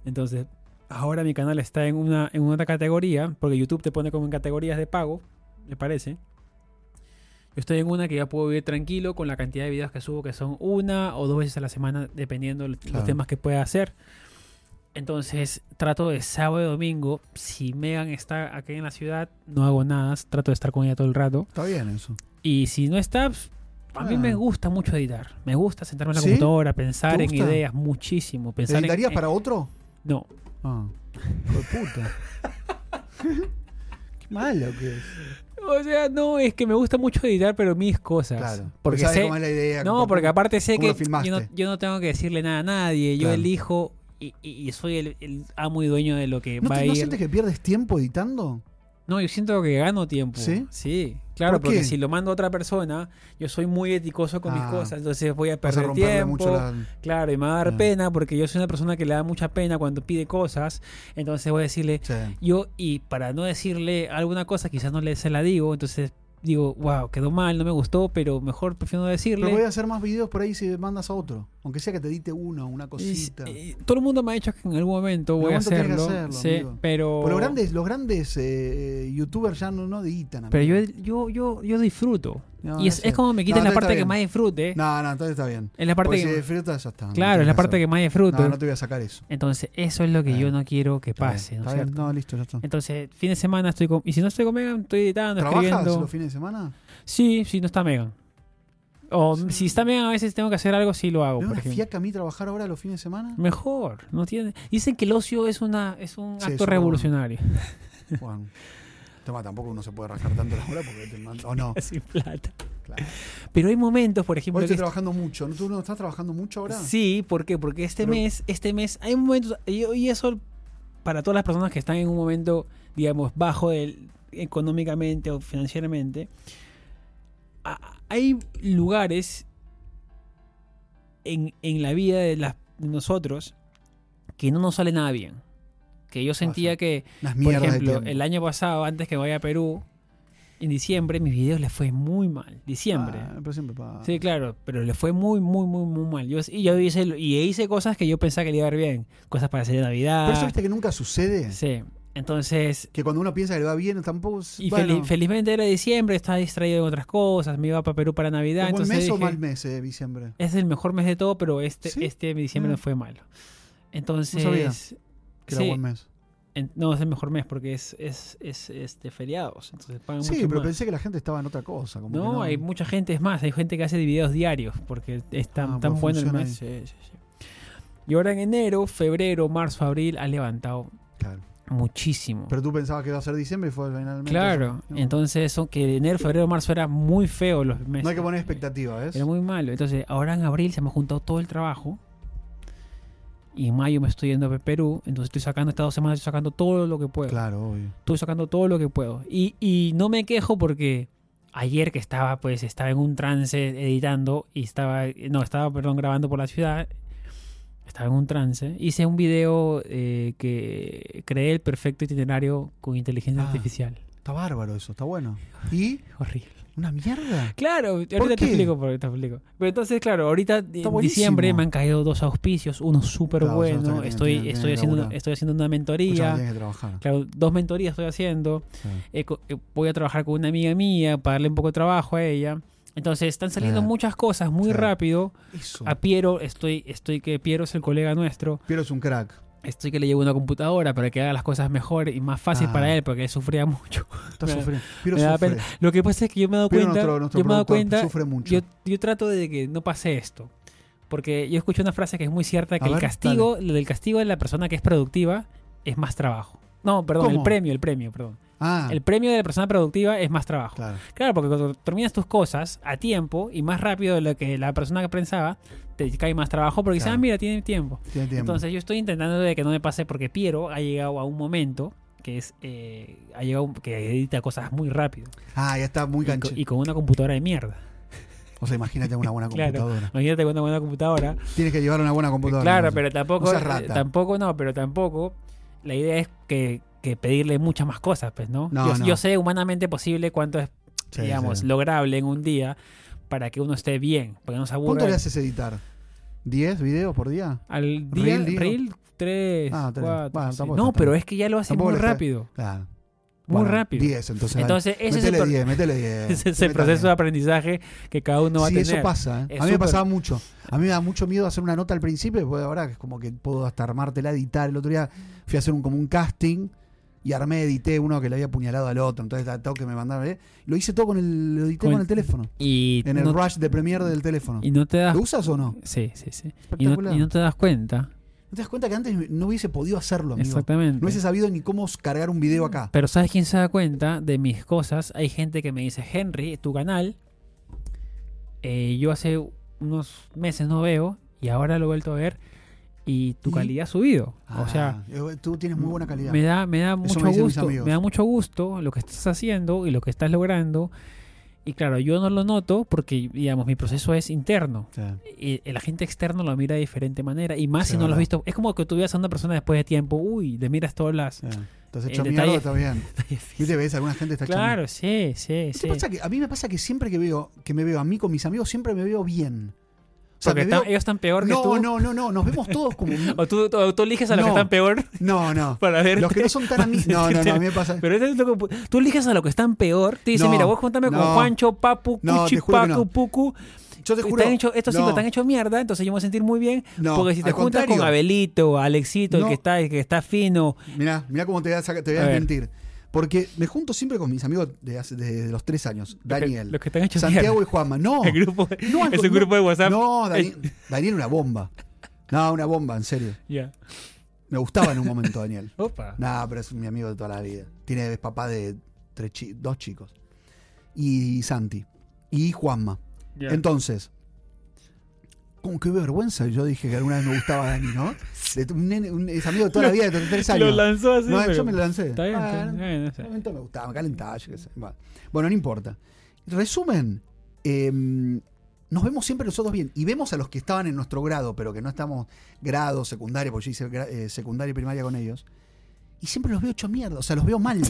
Entonces, ahora mi canal está en una en una otra categoría, porque YouTube te pone como en categorías de pago, me parece. Yo estoy en una que ya puedo vivir tranquilo con la cantidad de videos que subo, que son una o dos veces a la semana, dependiendo de los
Claro.
temas que pueda hacer. Entonces, trato de sábado y domingo. Si Megan está aquí en la ciudad, no hago nada. Trato de estar con ella todo el rato.
Está bien eso.
Y si no está, pues, a mí
Ah.
me gusta mucho editar. Me gusta sentarme en la
¿Sí?
computadora, pensar
¿Te
en
gusta?
ideas muchísimo. Pensar en-
¿Editarías
en-
para otro?
No,
Ah, hijo de puta. Qué malo que es.
o sea, no, es que me gusta mucho editar, pero mis cosas.
Claro.
Porque
sabes
sé-
cómo es la idea.
No, porque aparte sé
cómo
que
lo filmaste.
yo no, yo no tengo que decirle nada a nadie. Yo
Claro.
elijo y, y- y soy el, el amo y dueño de lo que
¿No,
va
te-
a
no
ir.
sientes que pierdes tiempo editando?
No, yo siento que gano tiempo.
¿Sí?
claro,
¿Por
porque
qué?
si lo mando a otra persona, yo soy muy eticoso con mis
Ah.
cosas, entonces voy a
Vas a
perder
romperle
tiempo.
mucho la. Ah.
Claro, y me va a dar
Ya.
pena porque yo soy una persona que le da mucha pena cuando pide cosas, entonces voy a decirle
Sí.
yo y para no decirle alguna cosa, quizás no le se la digo, entonces digo, wow, quedó mal, no me gustó, pero mejor prefiero no decirle.
Pero voy a hacer más videos por ahí si mandas a otro. Aunque sea que te edite uno, una cosita.
Y- eh, y todo el mundo me ha dicho que en algún momento
En
voy a
algún momento tienes que
hacerlo,
hacerlo,
sí,
amigo.
pero
Por los grandes, los grandes eh, youtubers ya no, no editan.
pero
amigo.
yo, yo, yo, yo disfruto.
No,
y
no
es,
sé.
es como me quitan
No,
la
está
parte que
bien.
más disfrute.
No, no, entonces está bien.
Es la parte
Porque si
que-
disfrutas, ya está. no
claro, es
tenés
la parte que
hacer.
más disfruto.
No, no te voy a sacar eso.
Entonces, eso es lo que
Está
yo
bien.
no quiero que pase, ¿no
Está
es
bien,
cierto?
no, listo, ya está.
Entonces, fin de semana estoy con... Y si no estoy con Megan, estoy editando,
¿Trabajas
escribiendo.
los fines de semana?
Sí, si no está Megan. O
Sí.
si está Megan, a veces tengo que hacer algo, sí lo hago.
¿Me da
por
una
ejemplo.
fiaca a mí trabajar ahora los fines de semana?
Mejor, no tiene. Dicen que el ocio es una es un
Sí,
acto
súper
revolucionario.
Bueno. Toma, tampoco uno se puede rascar tanto la hora porque te manda. O no.
Sin plata.
Claro.
Pero hay momentos, por
Hoy
ejemplo,
estoy
que- este
trabajando mucho. ¿No? ¿Tú no estás trabajando mucho ahora?
sí, ¿por qué? Porque este
Pero-
mes, este mes hay momentos y, y eso para todas las personas que están en un momento, digamos, bajo del- económicamente o financieramente, a- hay lugares en, en la vida de, las, de nosotros que no nos sale nada bien. Que yo sentía que
Las
Por
mierdas de
ejemplo,
tiempo.
el año pasado, antes que vaya a Perú, en diciembre, mis videos les fue muy mal. Diciembre.
Ah, pero siempre pasa.
Sí, claro, pero le fue muy, muy, muy, muy mal. Yo, y yo hice, y hice cosas que yo pensaba que le iba a ir bien. Cosas para hacer de Navidad.
Pero eso viste que nunca sucede.
Sí. Entonces,
Que cuando uno piensa que le va bien, tampoco. es-
y
bueno,
fel- felizmente era diciembre, estaba distraído en otras cosas, me iba para Perú para Navidad.
¿es buen
entonces
mes o
dije,
mal mes eh, diciembre?
Es el mejor mes de todo, pero este,
Sí.
este diciembre
Ah.
no fue malo. Entonces,
sabía Que era
sí,
buen mes.
en- no es el mejor mes porque es, es, es este, feriados. Entonces pagan
Sí,
mucho
pero
más.
pensé que la gente estaba en otra cosa. Como que
No, hay mucha gente, es más, hay gente que hace videos diarios porque es tan,
Ah,
tan
pues
bueno el
funciona
mes. Sí, sí, sí. Y ahora en enero, febrero, marzo, abril ha levantado
Claro.
muchísimo.
Pero tú pensabas que iba a ser diciembre y fue finalmente.
claro,
no.
entonces eso que enero, febrero, marzo era muy feo los meses.
No hay que poner expectativas, ¿ves?
Era muy malo. Entonces ahora en abril se me ha juntado todo el trabajo. Y en mayo me estoy yendo a Perú, entonces estoy sacando estas dos semanas, estoy sacando todo lo que puedo.
Claro, obvio.
estoy sacando todo lo que puedo. Y, y no me quejo porque ayer que estaba, pues, estaba en un trance editando y estaba, no, estaba, perdón, grabando por la ciudad. Estaba en un trance. Hice un video eh, que creé el perfecto itinerario con inteligencia
Ah.
artificial.
Está bárbaro eso, está bueno. ¿Y?
Horrible.
¿Una mierda?
Claro, ahorita te
qué?
explico, por- te explico. Pero entonces, claro, ahorita en
buenísimo.
diciembre me han caído dos auspicios, uno súper
Claro, o sea,
bueno.
tiene-
estoy,
tiene- tiene
estoy,
que
haciendo,
laburar.
estoy haciendo una
Escuchame,
mentoría.
tienes que trabajar.
Claro, dos mentorías estoy haciendo.
Sí.
eh, co- eh, voy a trabajar con una amiga mía para darle un poco de trabajo a ella. Entonces están saliendo
Claro.
muchas cosas muy
Claro.
rápido.
Eso.
A Piero, estoy, estoy que Piero es el colega nuestro.
Piero es un crack.
Estoy que le llevo una computadora para que haga las cosas mejor y más fácil
Ah.
para él, porque él sufría mucho.
Está
Me da-
sufriendo. Piero
me da
sufre.
pena. Lo que pasa es que yo me he dado
Piero,
cuenta.
nuestro, nuestro
yo me he dado
productor,
cuenta.
sufre mucho.
Yo, yo trato de que no pase esto. Porque yo escucho una frase que es muy cierta: que
A
el
ver,
castigo, el castigo de la persona que es productiva es más trabajo. No, perdón, el
¿Cómo?
premio, el premio, perdón.
ah,
El premio de la persona productiva es más trabajo.
claro.
Claro, porque cuando terminas tus cosas a tiempo y más rápido de lo que la persona que pensaba, te cae más trabajo porque dices,
Claro.
ah, mira, tiene tiempo.
Tiene tiempo.
Entonces yo estoy intentando de que no me pase porque Piero ha llegado a un momento que es eh, ha llegado que edita cosas muy rápido
ah, ya está muy
y, co-
canche.
y con una computadora de mierda.
O sea, imagínate una buena
Claro.
computadora.
Imagínate con una buena computadora.
Tienes que llevar una buena computadora.
claro,
entonces.
pero tampoco
No seas rata.
tampoco no, pero tampoco la idea es que, que pedirle muchas más cosas, pues, ¿no?
No,
yo,
no.
yo sé humanamente posible cuánto es
Sí,
digamos,
sí.
lograble en un día para que uno esté bien, para que no se aburra.
¿Cuánto le haces editar? ¿10 videos por día?
Al día,
Reel, digo?
reel, tres,
Ah, tres.
cuatro,
Bueno,
sí.
tampoco
No,
está
pero
tan-
es que ya lo hace
tampoco
muy
le está-
rápido.
Claro.
Muy
Bueno,
rápido.
10, entonces. dale.
Entonces, ese es el,
Métele
pro-
10, métele 10.
ese es el
métele
proceso de
10.
aprendizaje que cada uno va
sí,
a tener.
eso pasa. ¿eh?
Es
A mí me
súper-
pasaba mucho. A mí me da mucho miedo hacer una nota al principio, porque ahora es como que puedo hasta armártela, editar. El otro día fui a hacer un, como un casting y armé, edité uno que le había apuñalado al otro. Entonces ah, tengo que me mandar. ¿eh? Lo hice todo con el, lo edité
Con-
con el teléfono.
Y,
En el
no,
rush de Premiere del teléfono.
y no te das
¿Lo usas o no?
Sí, sí, sí. Y no,
Espectacular.
y no te das cuenta.
¿No te das cuenta que antes no hubiese podido hacerlo, amigo?
Exactamente.
No hubiese sabido ni cómo cargar un video acá.
Pero ¿sabes quién se da cuenta de mis cosas? Hay gente que me dice, Henry, tu canal, eh, yo hace unos meses no veo y ahora lo he vuelto a ver y tu
Y-
calidad ha subido. o
Ah,
sea,
eh, tú tienes muy buena calidad.
me da, me da mucho
me dicen mis
gusto,
amigos.
me da mucho gusto lo que estás haciendo y lo que estás logrando. Y claro, yo no lo noto porque, digamos, mi proceso es interno.
O sea,
Y el agente externo lo mira de diferente manera. Y más
Sí,
si no lo has
verdad.
visto. Es como que tú veas a una persona después de tiempo. Uy, te miras todas las.
o sea, estás
El
hecho
detalle-
mierda, está bien. Viste, ves, alguna gente está hecha
claro, sí, sí,
¿Qué
sí.
te pasa que a mí me pasa que siempre que veo que me veo a mí con mis amigos siempre me veo bien. O sea,
Porque
me
está-
veo-
ellos están peor que
no,
tú.
no, no, no, nos vemos todos como
O tú, o tú eliges a los
No.
que están peor
No, no.
para ver.
Los que no son tan amigos. No, no, no, a mí me pasa.
Pero eso es lo que- tú eliges a los que están peor. Te dices,
No,
mira, vos contame con
no.
Juancho, Papu,
No,
Cuchi,
te juro que
Pacu,
no.
Pucu.
Yo te
Te
juro.
han hecho, estos cinco
no,
te han hecho mierda, entonces yo me voy a sentir muy bien.
No,
porque si te
al
juntas con
contrario.
Abelito, Alexito, el
No.
que está, el que está fino.
Mirá, mirá cómo te voy a, saca- te voy a
A ver.
mentir. Porque me junto siempre con mis amigos de hace de, de los tres años. Daniel,
Los que te han hecho
Santiago
mierda.
y Juanma. No.
El grupo,
no,
es un grupo de WhatsApp.
No, Dani- Daniel una bomba. No, una bomba, en serio.
Ya.
Me gustaba en un momento Daniel.
Opa.
No, pero es mi amigo de toda la vida. Tiene es papá de tres chi- dos chicos. Y Santi. Y Juanma.
Ya.
Entonces, con qué vergüenza. Yo dije que alguna vez me gustaba Dani, ¿no? De- un nene- un- es amigo de toda la vida, de tres
Lo
años.
lanzó así.
No,
pero-
yo me lo lancé.
Está bien,
Ah,
está
en
bien, no sé.
un momento me gustaba, me calentaba, yo qué sé. Bueno, Bueno, no importa. Resumen, eh, nos vemos siempre nosotros bien. Y vemos a los que estaban en nuestro grado, pero que no estamos grado, secundaria, porque yo hice gra- eh, secundaria y primaria con ellos. Y siempre los veo hechos mierda, o sea, los veo mal.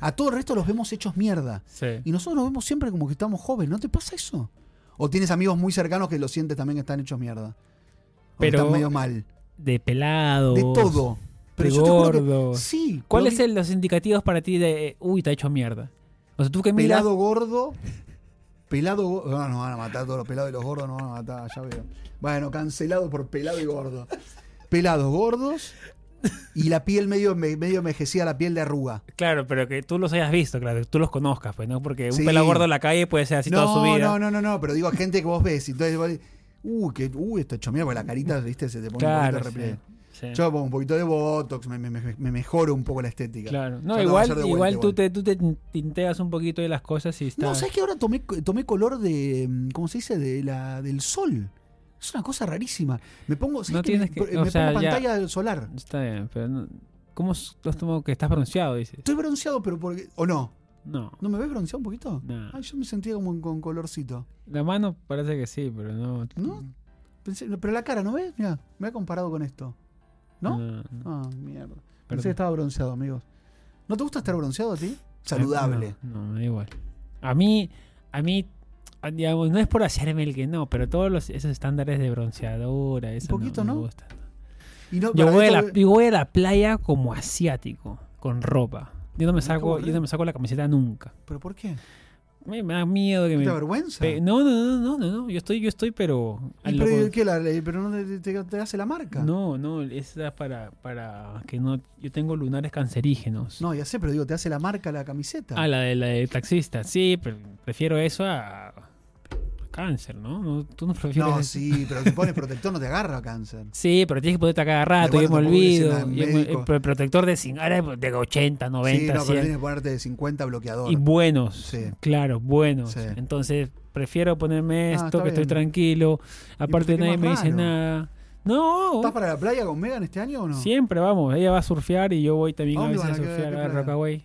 A todo el resto los vemos hechos mierda.
Sí.
Y nosotros nos vemos siempre como que estamos jóvenes, ¿no te pasa eso? O tienes amigos muy cercanos que lo sientes también que están hechos mierda. O que
Pero-
están medio mal.
De pelado.
De todo. Pero
de
yo te juro que-
gordos.
Sí. lo
¿Cuáles
mi-
son los indicativos para ti de, eh, uy, te ha hecho mierda? O sea, tú que miras.
Pelado gordo. Pelado gordo. No, nos van a matar todos los pelados y los gordos nos van a matar, ya veo. Bueno, cancelado por pelado y gordo. Pelados gordos. Y la piel medio, me- medio envejecida, la piel de arruga.
Claro, pero que tú los hayas visto, claro, que tú los conozcas, pues, ¿no? Porque un
Sí.
pelado gordo en la calle puede ser así
no,
toda su vida.
no, no, no, no, pero digo a gente que vos ves. y Entonces, vos, decís, uy, que, uy, está hecho mierda, porque la carita, viste, se te pone
Claro.
un poquito de repliegue.
sí, sí.
Yo pongo un poquito de Botox, me, me, me- me mejoro un poco la estética.
Claro.
Ya te
No,
va a
igual,
hacer de
igual
vuelta
tú, te, tú te tinteas un poquito de las cosas y está.
No, ¿sabes que ahora tomé, tomé color de, mm, ¿cómo se dice? De la, del sol. Es una cosa rarísima. Me pongo, ¿sabés
No
qué?
tienes
me,
que-
pr-
o
me
sea,
pongo
ya.
pantalla del solar.
Está bien, pero no- ¿cómo s- lo has tomado que estás pronunciado? Dices.
Estoy bronceado, pero porque... ¿O no?
No.
¿No me ves bronceado un poquito?
No.
Ay, yo me sentía como con colorcito.
La mano parece que sí, pero no.
¿No? Pensé- pero la cara, ¿no ves? Mira, me ha comparado con esto. ¿No?
no.
Ah, mierda. Pensé que
Perdón. Eh,
estaba bronceado, amigos. ¿No te gusta estar bronceado a ti? Saludable.
No, no, me da igual. A mí, a mí, a- digamos, no es por hacerme el que no, pero todos los, esos estándares de bronceadora, eso
poquito, ¿no?
no me gustan.
Y no,
Yo
para
voy, a
esto-
la, yo voy a la playa como asiático, con ropa. Yo no me
Ah, qué
saco, yo
aburrido.
no me saco la camiseta nunca.
¿Pero por qué?
Me, me da miedo que
¿Te
me.
da vergüenza?
Eh, pe- No, no, no, no, no, no. Yo estoy, yo estoy, pero.
Y
al
pero,
loco-
¿qué? La- la- pero no te, te- te hace la marca.
no, no, esa es para, para que no. Yo tengo lunares cancerígenos.
No, ya sé, pero digo, te hace la marca la camiseta.
Ah, la de la de taxista. Sí, pero prefiero eso a, a cáncer, ¿no? No, Tú no prefieres.
no,
eso?
sí, pero si pones protector no te agarra cáncer.
Sí, pero tienes que ponerte a cada rato. Yo me
Igual tampoco le dicen
olvido.
al
yo me-
médico.
el, protector de, cin- ahora es de 80, 90,
sí, no, pero
100.
tienes que ponerte de 50 bloqueador.
Y buenos,
Sí.
claro, buenos.
Sí.
Entonces, prefiero ponerme
Ah,
esto,
está
que estoy
bien.
tranquilo. Aparte,
qué
nadie
más
me dice
raro?
nada. No,
¿Estás para la playa con Megan este año o no?
siempre vamos. Ella va a surfear y yo voy también a
¿Dónde
veces a
van? ¿A qué-
surfear
qué
a
playa?
Rockaway.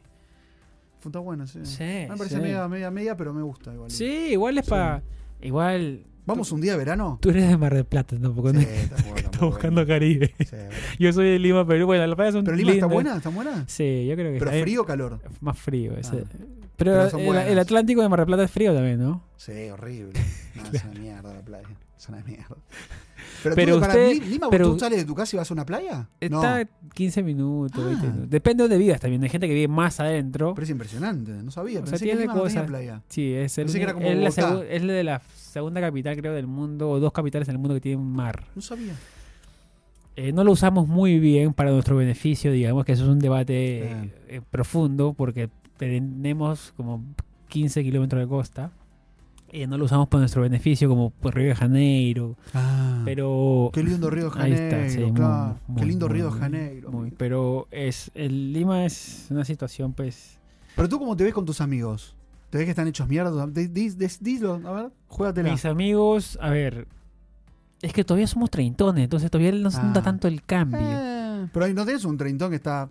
Está bueno, sí.
Sí,
me parece
sí.
media, media, media, pero me gusta igual.
Sí, igual es
Sí.
para. Igual.
¿Vamos un día de verano?
Tú eres de Mar del Plata tampoco, ¿no?
Sí, tampoco,
Está
tampoco.
buscando Caribe.
Sí, bueno.
Yo soy de Lima, Perú. Bueno, las playas son
¿Pero Lima está
lindas.
buena? ¿Está buena?
Sí, yo creo que
¿Pero
está-
frío o calor?
es Más frío. ese.
Ah.
Pero,
Pero son
el,
buenas.
el Atlántico de Mar del Plata es frío también, ¿no?
Sí, horrible. No, Es una mierda la playa. Es una mierda. Pero,
Pero
tú, para
usted-
Li- Lima,
pero-
¿tú sales de tu casa y vas a una playa?
Está
No,
15 minutos,
Ah.
20 minutos. Depende de dónde vivas también. Hay gente que vive más adentro.
pero es impresionante. No sabía.
O sea,
Pensé que
tiene
Lima no tenía
cosas.
playa.
Sí, es, el
Pensé que
uni-
era como
es la
Bogotá.
segu- es la de la segunda capital, creo, del mundo, o dos capitales del mundo que tienen mar.
No sabía.
Eh, no lo usamos muy bien para nuestro beneficio, digamos que eso es un debate
Claro.
eh, eh, profundo porque tenemos como 15 kilómetros de costa. Eh, no lo usamos para nuestro beneficio como por Río de Janeiro,
Ah.
pero...
Qué lindo Río de
Ahí
Janeiro,
está, sí, muy-
claro.
muy,
Qué lindo
muy,
Río de
muy,
Janeiro.
muy,
amigo.
pero es el Lima es una situación pues...
Pero tú cómo te ves con tus amigos? ¿Te ves que están hechos mierda? Di- di- di- Dilo, a ver, juégatela.
Mis amigos, a ver, Es que todavía somos treintones, entonces todavía no se nota
Ah.
tanto el cambio.
Eh, pero ahí no tenés un treintón que está.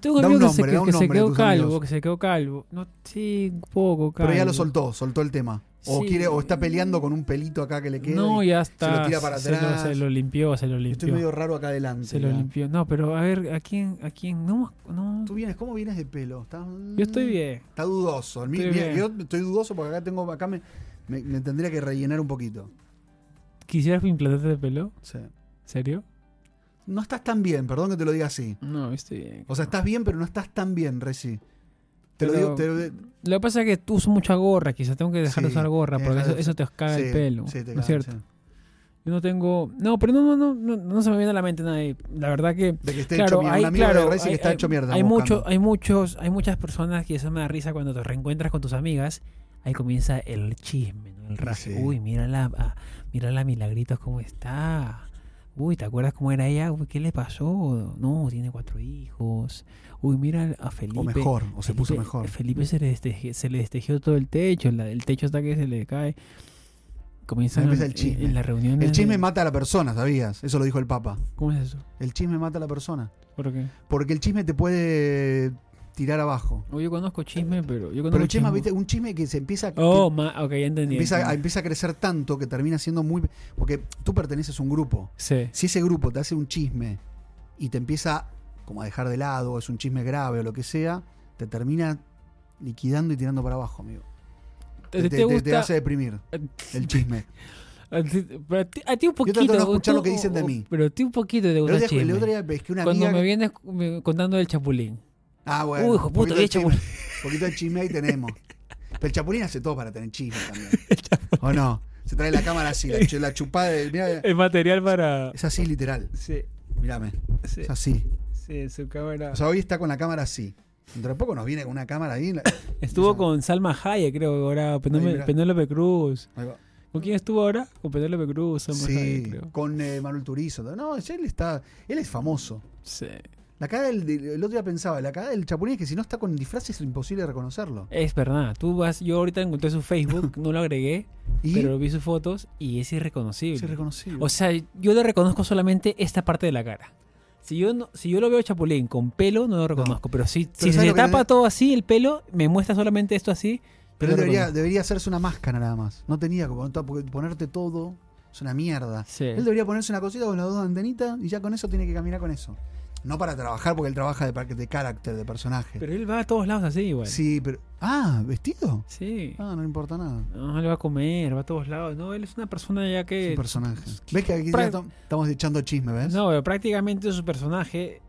Tengo un
Da
amigo
un
que se-
nombre,
que,
da un
que se
nombre de
quedó
tus
calvo,
amigos.
que se quedó calvo. No, sí, un poco calvo.
Pero ya lo soltó, soltó el tema. O
Sí.
quiere, o está peleando con un pelito acá que le queda.
No,
y-
ya está.
tira para
se lo-
atrás.
se lo limpió, se lo
yo
limpió.
estoy medio raro acá adelante.
Se lo
ya.
limpió. No, pero a ver, ¿a quién? ¿A quién? No, no.
¿Tú vienes? ¿Cómo vienes de pelo? ¿Estás-
Yo estoy bien.
Está dudoso. El mío-
Estoy
mira,
bien.
Yo estoy dudoso porque acá tengo, acá me, me- me tendría que rellenar un poquito.
¿Quisieras implantarte de pelo?
Sí.
¿Serio?
No estás tan bien, perdón que te lo diga así.
No, estoy bien.
O sea, estás bien, pero no estás tan bien, Reci. Te lo
Pero-
digo, te lo-
Lo que pasa es que tú usas mucha gorra, quizás tengo que dejar de
Sí,
usar gorra,
tienes
porque
que
eso,
dejar de-
eso te caga
sí,
el pelo.
sí, te
¿No
cagan,
es cierto?
sí.
Yo no tengo. No, pero no, no, no, no, no se me viene a la mente nada. de- La verdad que.
De que esté hecho
claro,
mierda.
hay,
un amigo
claro,
de Reci
hay-
que está
hay-
hecho mierda.
Hay,
buscando.
mucho- hay muchos, hay muchas personas que eso me da risa cuando te reencuentras con tus amigas. Ahí comienza el chisme, ¿no? el
Sí.
raje. Uy, mírala, ah, mírala Milagritos cómo está. Uy, ¿te acuerdas cómo era ella? Uy, ¿qué le pasó? No, tiene cuatro hijos. Uy, mira a Felipe.
O mejor, o se puso
Felipe-
mejor.
Felipe se le, desteje- se le destejió todo el techo, la- el techo está que se le cae. Comienza
Ahí empieza el chisme.
En la reunión
El chisme mata a la persona, ¿sabías? Eso lo dijo el Papa.
¿Cómo es eso?
El chisme mata a la persona.
¿Por qué?
Porque el chisme te puede tirar abajo.
Oh, yo conozco chisme, pero yo conozco
Pero el chisme, ¿viste? un chisme que se empieza a-
Oh, ma- ok, ya
que
entendí.
empieza, a-
entendí.
empieza a crecer tanto que termina siendo muy... Porque tú perteneces a un grupo.
Sí.
Si ese grupo te hace un chisme y te empieza como a dejar de lado, o es un chisme grave o lo que sea, te termina liquidando y tirando para abajo, amigo.
¿Te, te,
te
gusta? Eh,
hace deprimir el chisme.
a, ti, pero a ti- a ti
trato
un poquito.
de no
o
escuchar
tú-
lo que dicen de
o-
mí.
Pero a ti un poquito te
El
gusta
otro, día,
el chisme.
el otro día es que una
Cuando
amiga...
me vienes me- contando del chapulín.
Ah, bueno.
Uy, hijo
un poquito
puta, vi
de
el
chisme, un poquito de chisme ahí tenemos. Pero el Chapulín hace todo para tener chisme también. ¿O no? Se trae la cámara así, la, chu- la chupada. de- mirá,
El material para.
es así literal.
Sí,
Mírame.
sí,
Es así.
sí, su cámara.
O sea, hoy está con la cámara así. Dentro de poco nos viene con una cámara ahí. la-
Estuvo
esa-
con Salma Hayek, creo, ahora. Penóme-
mirá.
Penélope Cruz.
Ahí va.
¿Con quién estuvo ahora? Con Penélope Cruz, Salma
Sí,
Hayek, creo.
con eh, Manuel Turizo. No, es- él está. Él es famoso.
Sí.
La cara del, del- el otro día pensaba, la cara del Chapulín es que si no está con disfraz es imposible reconocerlo.
Es verdad. Tú vas. Yo ahorita encontré su Facebook, no lo agregué,
Y
pero vi sus fotos y es irreconocible.
es irreconocible.
O sea, yo le reconozco solamente esta parte de la cara. Si yo, no- si yo lo veo chapulín con pelo, no lo reconozco. Pero si, si
¿sabes
se
lo que
tapa
tiene?
todo así el pelo, me muestra solamente esto así.
Pero él
yo lo
debería,
reconozco.
debería hacerse una máscara nada más. No tenía que poner- porque ponerte todo. Es una mierda.
Sí.
Él debería ponerse una cosita con las dos antenitas y ya con eso tiene que caminar con eso. No para trabajar porque él trabaja de, par- de carácter, de personaje.
Pero él va a todos lados así igual.
Sí, pero. Ah, ¿vestido?
Sí.
Ah, no le importa nada.
No, él va a comer, va a todos lados. No, él es una persona ya
Es
Eh, que...
un personaje. ¿Ves que aquí
pra-
ya to- estamos echando chisme, ves?
No, pero prácticamente su personaje...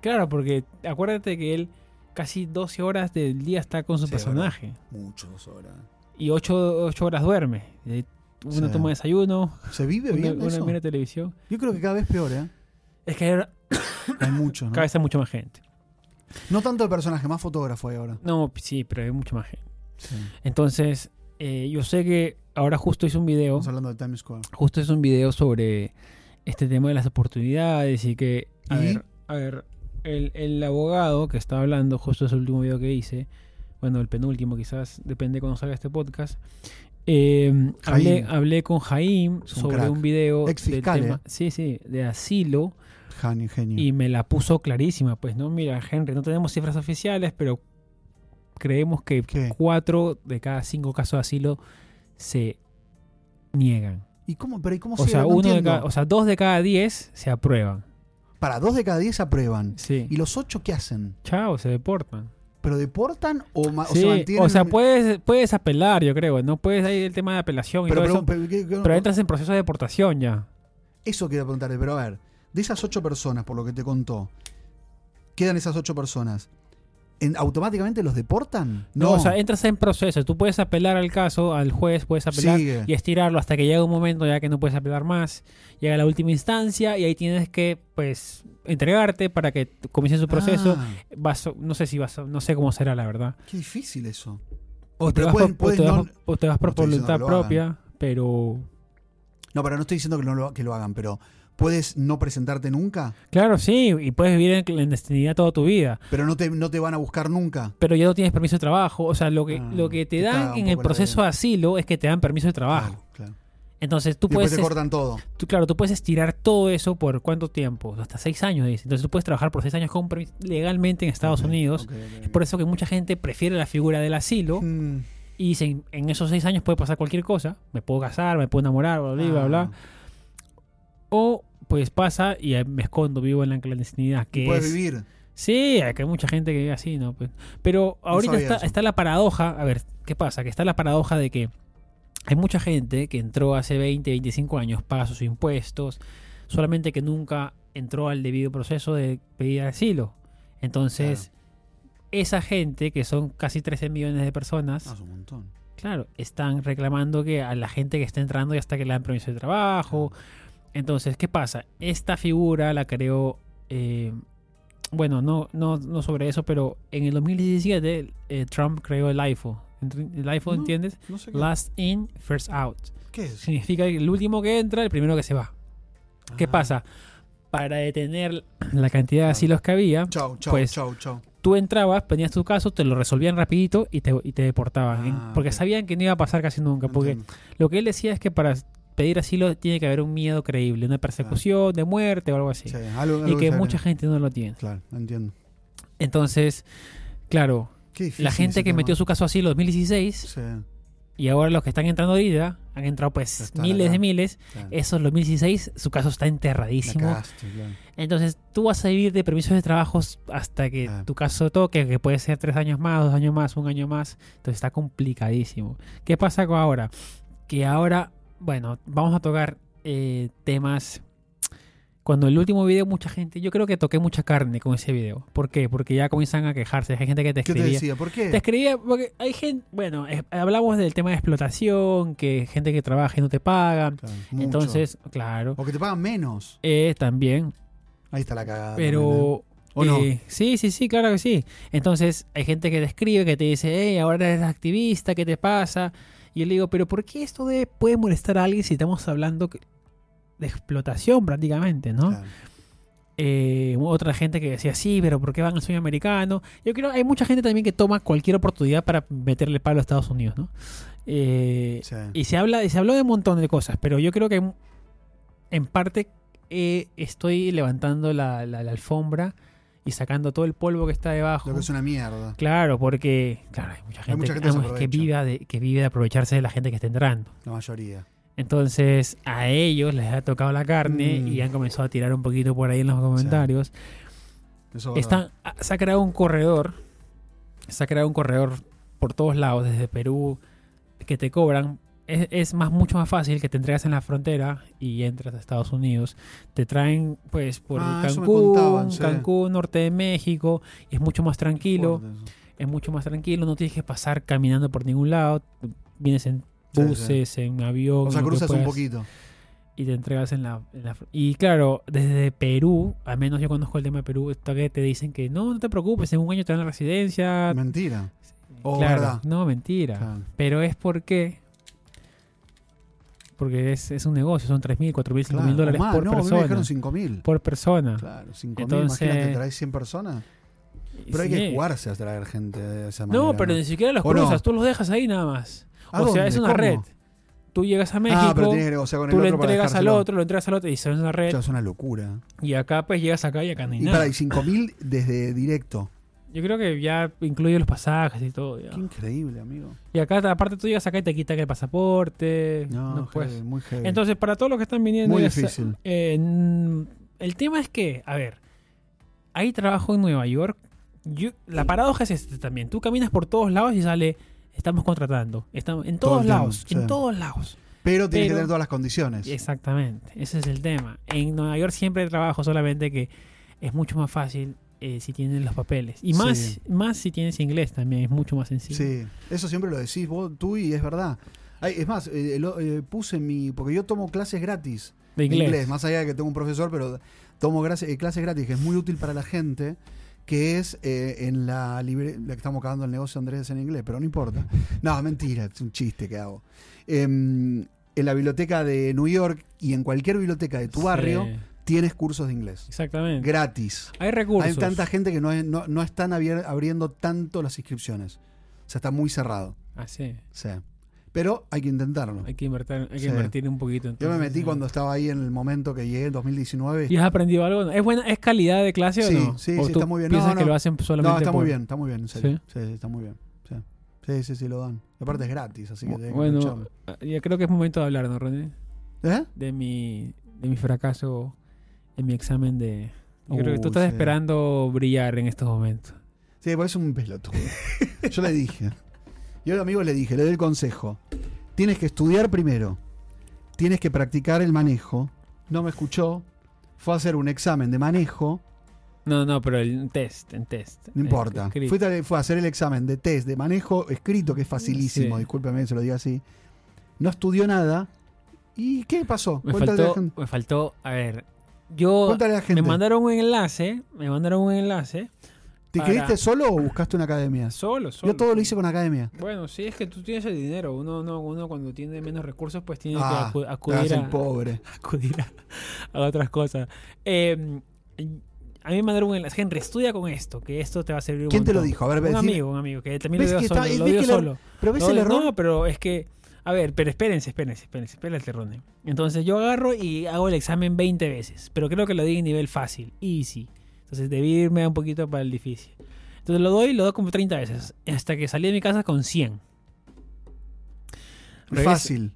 Claro, porque acuérdate que él casi 12 horas del día está con su
Sí,
personaje.
Mucho, dos horas.
Y 8, horas duerme. Eh, Uno
Sí.
toma desayuno,
¿Se vive
una,
bien
una
eso?
mira televisión.
Yo creo que cada vez peor, ¿eh?
Es que ahora
Hay muchos, ¿no?
cada vez hay mucha más gente.
No tanto de personaje, más fotógrafo hay ahora.
No, sí, pero hay mucha más gente.
Sí.
Entonces, eh, yo sé que ahora justo hice un video,
Estamos hablando de Times Square.
justo hice un video sobre este tema de las oportunidades y que, a
¿Y?
ver, a ver, el, el abogado que estaba hablando, justo ese último video que hice, bueno, el penúltimo quizás, depende de cuando salga este podcast, eh, hablé,
Jaime.
hablé con Jaime
Es un
sobre
crack.
un video
Ex
del
fiscal,
tema,
¿eh?
sí, sí, de asilo.
Genio, genio.
Y me la puso clarísima, pues, ¿no? Mira, Henry, no tenemos cifras oficiales, pero creemos que
¿Qué?
cuatro de cada cinco casos de asilo se niegan.
¿Y cómo, pero ¿y cómo
O
se
sea,
Oh, no
uno de
entiendo.
cada- o sea, dos de cada diez se aprueban.
Para dos de cada diez aprueban.
Sí.
¿Y los ocho qué hacen?
Chao, se deportan.
¿Pero deportan o, ma- Ah, o
Sí,
se mantienen?
o sea, puedes, puedes apelar, yo creo, ¿no? Puedes ahí el tema de apelación y
Pero,
todo
pero- pero-
eso.
¿qué- qué-
Pero entras en proceso de deportación ya.
Eso quería preguntarte, pero a ver, de esas ocho personas, por lo que te contó, quedan esas ocho personas. ¿En- ¿Automáticamente los deportan?
No, o sea, entras en proceso. Tú puedes apelar al caso, al juez, puedes apelar
sigue.
y estirarlo hasta que llega un momento ya que no puedes apelar más. Llega la última instancia y ahí tienes que, pues, entregarte para que t- comience su proceso.
Ah,
Vas, no sé si vas, no sé cómo será la verdad.
qué difícil eso.
O te,
Pero
vas,
pueden-
por, o te
pueden
vas-
no-
o te vas por
no estoy diciendo
voluntad
que lo hagan.
propia, pero
No, pero no estoy diciendo que, no lo, que lo hagan, pero ¿puedes no presentarte nunca? Claro.
claro, sí, y puedes vivir en clandestinidad toda tu vida,
Pero no te, no te van a buscar nunca.
pero ya no tienes permiso de trabajo, o sea, lo que
Ah,
lo que te
te caga
dan
un
en
poco
el
la
proceso
vida.
de asilo es que te dan permiso de trabajo.
Claro, claro.
Entonces tú
Después
puedes,
te cortan todo.
est- tú- claro, tú puedes estirar todo eso por cuánto tiempo, hasta seis años, dice. Entonces tú puedes trabajar por seis años con permiso legalmente en Estados
Ok,
Unidos.
ok, ok,
Es por eso que mucha gente prefiere la figura del asilo
Mm.
y dicen, en esos seis años puede pasar cualquier cosa, me puedo casar, me puedo enamorar, bla, bla, bla,
Ah.
bla. O pues pasa y eh, me escondo, vivo en la clandestinidad,
Y
que
puedes
es...
vivir.
Sí, acá hay mucha gente que vive así, ¿no? Pues, Pero ahorita
sabía
está,
eso.
está la paradoja, a ver, ¿qué pasa? Que está la paradoja de que hay mucha gente que entró hace 20, 25 años, paga sus impuestos, solamente que nunca entró al debido proceso de pedida de asilo. Entonces, esa gente, que son casi 13 millones de personas,
Ah, es un montón.
Claro, están reclamando que a la gente que está entrando ya hasta que le dan permiso de trabajo. Entonces, ¿qué pasa? Esta figura la creó, eh, bueno, no, no, no sobre eso, pero en el 2017 eh, Trump creó el IFO. Entri- El IFO,
No.
¿entiendes?
No sé qué,
Last in, first out.
¿qué es.
Significa que el último que entra, el primero que se va. ¿Qué
Ah.
pasa? Para detener la cantidad de asilos que había,
Chau, chau,
Pues-
chau, chau.
tú entrabas, ponías tu caso, te lo resolvían rapidito y te, y te deportaban. ¿eh?
Ah,
porque
ok.
sabían que no iba a pasar casi nunca. Porque
Entiendo.
lo que él decía es que para pedir asilo tiene que haber un miedo creíble, una persecución, de muerte o algo así.
Sí, algo-
y
algo
que
se-
mucha gente no lo tiene.
Claro, entiendo.
Entonces, claro,
Qué difícil
la gente
ese
que
tema.
metió su caso a asilo en 2016
Sí,
y ahora los que están entrando ahorita, han entrado pues
Están
miles
acá.
de miles,
claro.
esos los 2016, su caso está
La
enterradísimo.
cagaste, claro.
Entonces, tú vas a vivir de permisos de trabajos hasta que
Ah.
tu caso toque, que puede ser tres años más, dos años más, un año más. Entonces, está complicadísimo. ¿Qué pasa con ahora? Que ahora, bueno, vamos a tocar eh, temas. Cuando el último video, mucha gente, yo creo que toqué mucha carne con ese video. ¿Por qué? Porque ya comienzan a quejarse. Hay gente que te
¿Qué te
escribía.
decía? ¿Por qué?
Te escribía porque hay gente, bueno, eh, hablamos del tema de explotación, que gente que trabaja y no te paga.
Claro, mucho.
Entonces, claro,
O que te pagan menos.
eh, también.
Ahí está la cagada. también, ¿eh?
Pero.
¿O no?
eh, Sí, sí, sí, claro que sí. Entonces, hay gente que te escribe, que te dice, hey, ahora eres activista, ¿qué te pasa? Y yo le digo, pero ¿por qué esto de- puede molestar a alguien si estamos hablando que- de explotación prácticamente, no?
Claro.
Eh, otra gente que decía, sí, pero ¿por qué van al sueño americano? Yo creo, hay mucha gente también que toma cualquier oportunidad para meterle palo a Estados Unidos, ¿no? Eh,
Sí.
y se habla, se habló de un montón de cosas, pero yo creo que en parte eh, estoy levantando la, la- la alfombra y sacando todo el polvo que está debajo.
Lo que es una mierda.
Claro, porque claro, hay mucha gente,
mucha gente que
hay
se
mucha que,
aprovecha.
vive de, que vive de aprovecharse de la gente que está entrando.
La mayoría.
Entonces a ellos les ha tocado la carne
Mm.
y han comenzado a tirar un poquito por ahí en los comentarios.
Eso es verdad.
Están- ah, se ha creado un corredor. Se ha creado un corredor por todos lados, desde Perú, que te cobran. Es, es más, mucho más fácil que te entregas en la frontera y entras a Estados Unidos. Te traen, pues, por
Ah, eso me
Cancún,
contaban, sí.
Cancún, norte de México. y es mucho más tranquilo.
Fuerte eso.
Es mucho más tranquilo. No tienes que pasar caminando por ningún lado. Vienes en
Sí, sí.
buses, en avión.
O sea,
en lo que
cruzas un
puedas
poquito.
y te entregas en la, en la fr- y claro desde Perú al menos yo conozco el tema de Perú esto que te dicen que no no te preocupes en un año te dan la residencia
Mentira. Oh,
Ah. Claro,
verdad.
no mentira
Claro.
pero es porque porque es, es un negocio son 3.000, 4.000, 5.000
Claro. O
dólares
más,
por
no, a mí me
persona
dejaron 5 mil.
por persona
Claro, 5 mil.
Entonces-
Imagínate, traes 100 personas. Pero hay
Sí.
que jugarse a traer gente de esa manera.
no pero ni siquiera los
¿O no?
cruzas tú los dejas ahí nada más
¿A
o sea
dónde?
es una
¿Cómo?
red tú llegas a México
Ah, pero tienes que negociar con el
tú
otro
lo
para
entregas al
dejárselo.
otro lo entregas al otro y se es una
O
red
sea, es una locura.
y acá pues llegas acá y acá no hay
Y
nada
para, y 5.000 desde directo.
Yo creo que ya incluye los pasajes y todo. ya.
Qué increíble, amigo.
Y acá, aparte, tú llegas acá y te quitan el pasaporte.
No,
No, puedes.
heavy, muy heavy.
Entonces, para todos los que están viniendo.
Muy
ya sa-
difícil.
eh, mm, el tema es que, a ver, hay trabajo en Nueva York. Yo- la paradoja es este también. Tú caminas por todos lados y sale. Estamos contratando. Estamos, en
Todo
todos
el tiempo,
lados.
sí.
En todos lados.
pero tienes que
pero-
tener todas las condiciones.
Exactamente, ese es el tema. En Nueva York siempre hay trabajo, solamente que es mucho más fácil eh, si tienes los papeles. Y más,
Sí.
más si tienes inglés también, es mucho más sencillo.
Sí, eso siempre lo decís vos, tú, y es verdad. Ay, es más, eh, lo- eh, puse mi. Porque yo tomo clases gratis.
De
de
inglés.
Más allá de que tengo un profesor, pero tomo grase- eh, clases gratis, que es muy útil para la gente. Que es eh, en la libre. La que estamos acabando el negocio, Andrés, en inglés, pero no importa. No, mentira, es un chiste que hago. Em, en la biblioteca de New York y en cualquier biblioteca de tu
Sí,
barrio, tienes cursos de inglés.
Exactamente.
Gratis.
Hay recursos.
Hay tanta gente que no, es- no, no están abier- abriendo tanto las inscripciones. O sea, está muy cerrado.
Así.
O sea, Pero hay que intentarlo.
Ah, Hay que invertir, hay que
Sí.
invertir un poquito.
Yo me
entonces,
metí
sí.
cuando estaba ahí en el momento que llegué en 2019.
¿Y has aprendido algo? ¿Es buena, es calidad de clase
Sí,
o no?
sí,
¿O
sí,
tú
está muy bien. No,
Piensas que
no.
lo hacen solamente
No, está
por-
muy bien, está muy bien, en serio. Sí, sí, está muy bien. Sí. sí, sí, sí, lo dan. Y aparte es gratis, así que... tenés que
Bueno,
aprovecharlo.
ya creo que es momento de hablar, ¿no, René?
¿Eh?
De mi, de mi fracaso en mi examen de... Yo creo que tú
Uy,
estás
Uh, sí.
esperando brillar en estos momentos.
Sí, parece un pelotudo. Yo le dije. Yo a los amigos le dije, le doy el consejo. Tienes que estudiar primero. Tienes que practicar el manejo. No me escuchó. Fue a hacer un examen de manejo.
No, no, pero el test, en test.
No
Eh,
importa.
escrito.
Fue a, fue a hacer el examen de test de manejo escrito, que es facilísimo.
Sí.
Discúlpeme que se lo diga así. No estudió nada. ¿Y qué pasó?
Me
Cuéntale a la
faltó,
gente.
me faltó, a ver, yo
Cuéntale a la
me
gente.
mandaron un enlace, me mandaron un enlace,
¿Te
para-
quedaste solo o buscaste una academia?
solo, solo.
Yo todo lo hice con academia.
Bueno, sí, es que tú tienes el dinero, uno, no, uno cuando tiene menos recursos pues tiene
Ah,
que acu-
te hagas
acudir,
el
a,
pobre.
acudir a, a otras cosas. Eh, a mí me mandaron un enlace, Henry, estudia con esto, que esto te va a servir un
¿Quién te lo
montón".
dijo? A ver,
Un
decime.
amigo, un amigo, que también lo
¿Ves
veo
que
solo,
está-
lo
ves
vio
que la-
solo.
Pero ves
no,
el error.
no, pero es que. A ver, pero espérense, espérense, espérense, espérense, Ronnie. Entonces yo agarro y hago el examen 20 veces. Pero creo que lo di en nivel fácil, easy. Entonces debí irme un poquito para el difícil. Entonces lo doy, lo doy como 30 veces. Hasta que salí de mi casa con 100. Regreso-
Fácil.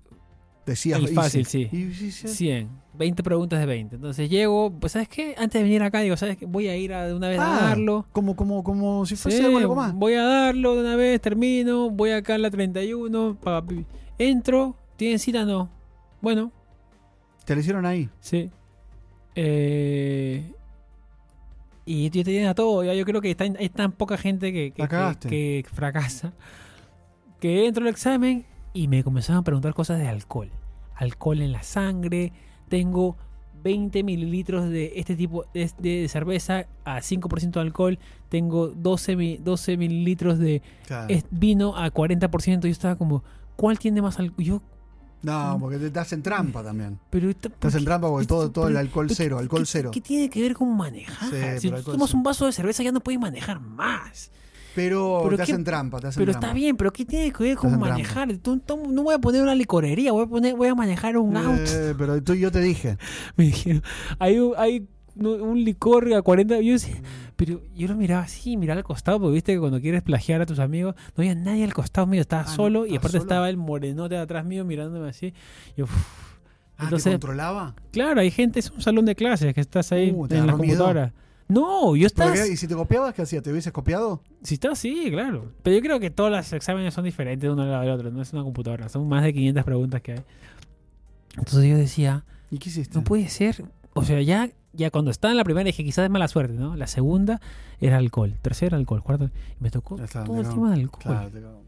Decías
El
easy.
fácil, sí.
Y- sí, sí.
100. 20 preguntas de 20. Entonces llego, pues ¿sabes qué? Antes de venir acá, digo, ¿sabes qué? Voy a ir a- de una vez
Ah,
a darlo.
Como, como, como si fuese
Sí,
algo, algo más.
Voy a darlo de una vez, termino, voy acá a la 31, pa- pi- entro, ¿tienen cita? No. Bueno,
Te lo hicieron ahí.
sí. Eh, y ya tienen a todo, ya yo creo que está- hay tan poca gente que, que-
La cagaste.
que- que fracasa. Que entro al examen y me comenzaron a preguntar cosas de alcohol. Alcohol en la sangre, tengo 20 mililitros de este tipo de, de cerveza a 5% de alcohol, tengo 12, mi- 12 mililitros de
Ah.
es- vino a 40%. Yo estaba como, ¿cuál tiene más alcohol? Yo,
No, porque te, te hacen trampa también.
pero esta-
Te hacen trampa porque
es-
todo, todo el
pero-
alcohol
pero ¿qué-
cero, alcohol
qué-
cero.
¿Qué tiene que ver con manejar?
Sí,
si
pero
tú
alcohol
tomas
cero.
un vaso de cerveza ya no puedes manejar más.
Pero,
pero
te
qué-
hacen trampa, te hacen
Pero
trampa.
está bien, pero ¿qué tiene que ver
Estás
con
en
manejar? Tú- tú- no voy a poner una licorería, voy a, poner, voy a manejar un auto.
Eh, pero tú, yo te dije.
Me dijeron, hay un, hay no- un licor a 40... Yo decía, pero yo lo miraba así, miraba al costado, porque viste que cuando quieres plagiar a tus amigos, no había nadie al costado mío, estaba
Ah, no,
solo y
estabas
aparte
solo.
estaba el morenote de atrás mío mirándome así. Yo, uff.
Ah, ¿te
Entonces,
controlaba?
Claro, hay gente, es un salón de clases que estás ahí
Uh, te
en la
agarró miedo.
computadora. No, yo
¿Pero
estaba.
qué? ¿Y si te copiabas, qué hacías? ¿Te hubieses copiado?
Si está sí, claro. Pero yo creo que todos los exámenes son diferentes de uno al lado del otro, no es una computadora, son más de 500 preguntas que hay. Entonces yo decía,
¿Y qué hiciste?
no puede ser. O sea, ya, ya cuando estaba en la primera dije, quizás es mala suerte, ¿no? La segunda era alcohol, tercera alcohol, cuarta. y me tocó
Ya está,
todo el
no.
tema de alcohol.
Claro, te cago.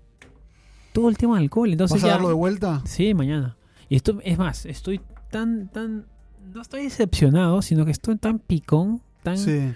Todo el tema de alcohol. Entonces
¿Vas a
ya-
darlo de vuelta?
Sí, mañana. Y esto, es más, estoy tan, tan. No estoy decepcionado, sino que estoy tan picón, tan.
Sí.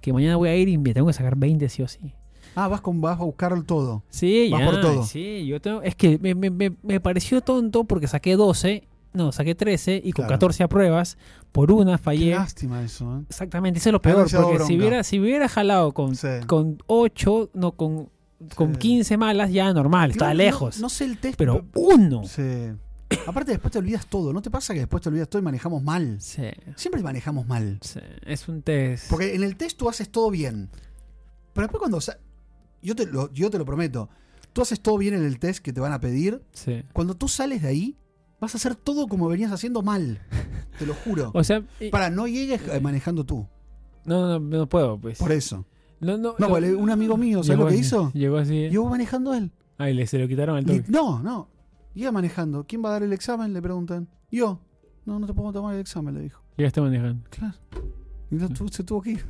que mañana voy a ir y me tengo que sacar 20 sí o sí.
Ah, vas, con, vas a buscar todo.
Sí,
Vas
ya,
por todo.
Sí, yo tengo, es que me, me- me- me pareció tonto porque saqué 12, no, saqué 13 y con
Claro.
14 apruebas, por una
Qué
fallé.
lástima eso, ¿eh?
Exactamente, eso es lo
Ahí
peor,
hubiese dado
porque si
bronca.
hubiera, si hubiera jalado con,
Sí.
con 8, no, con, con
Sí.
15 malas, ya normal, está
Claro,
lejos.
No, no sé el test,
pero uno.
Sí. Aparte, después te olvidas todo. ¿No te pasa que después te olvidas todo y manejamos mal?
Sí,
Siempre manejamos mal.
sí, es un test.
Porque en el test tú haces todo bien. Pero después cuando... sa- Yo te, lo, yo te lo prometo. Tú haces todo bien en el test que te van a pedir.
Sí.
Cuando tú sales de ahí, vas a hacer todo como venías haciendo mal. Te lo juro.
O sea, y-
Para, no llegues eh, manejando tú.
no, no, no puedo, pues.
Por eso.
No, no,
No,
lo-
porque un amigo mío, ¿sabes
llegó
lo que
así,
hizo?
Llegó así.
Yo voy manejando él.
Ay, le, se lo quitaron al
Li-
toque.
no, no. Llega manejando. ¿Quién va a dar el examen? Le preguntan. Yo. No, no te puedo tomar el examen, le dijo.
Llegaste manejando.
Claro. Y no tu- se tuvo que ir.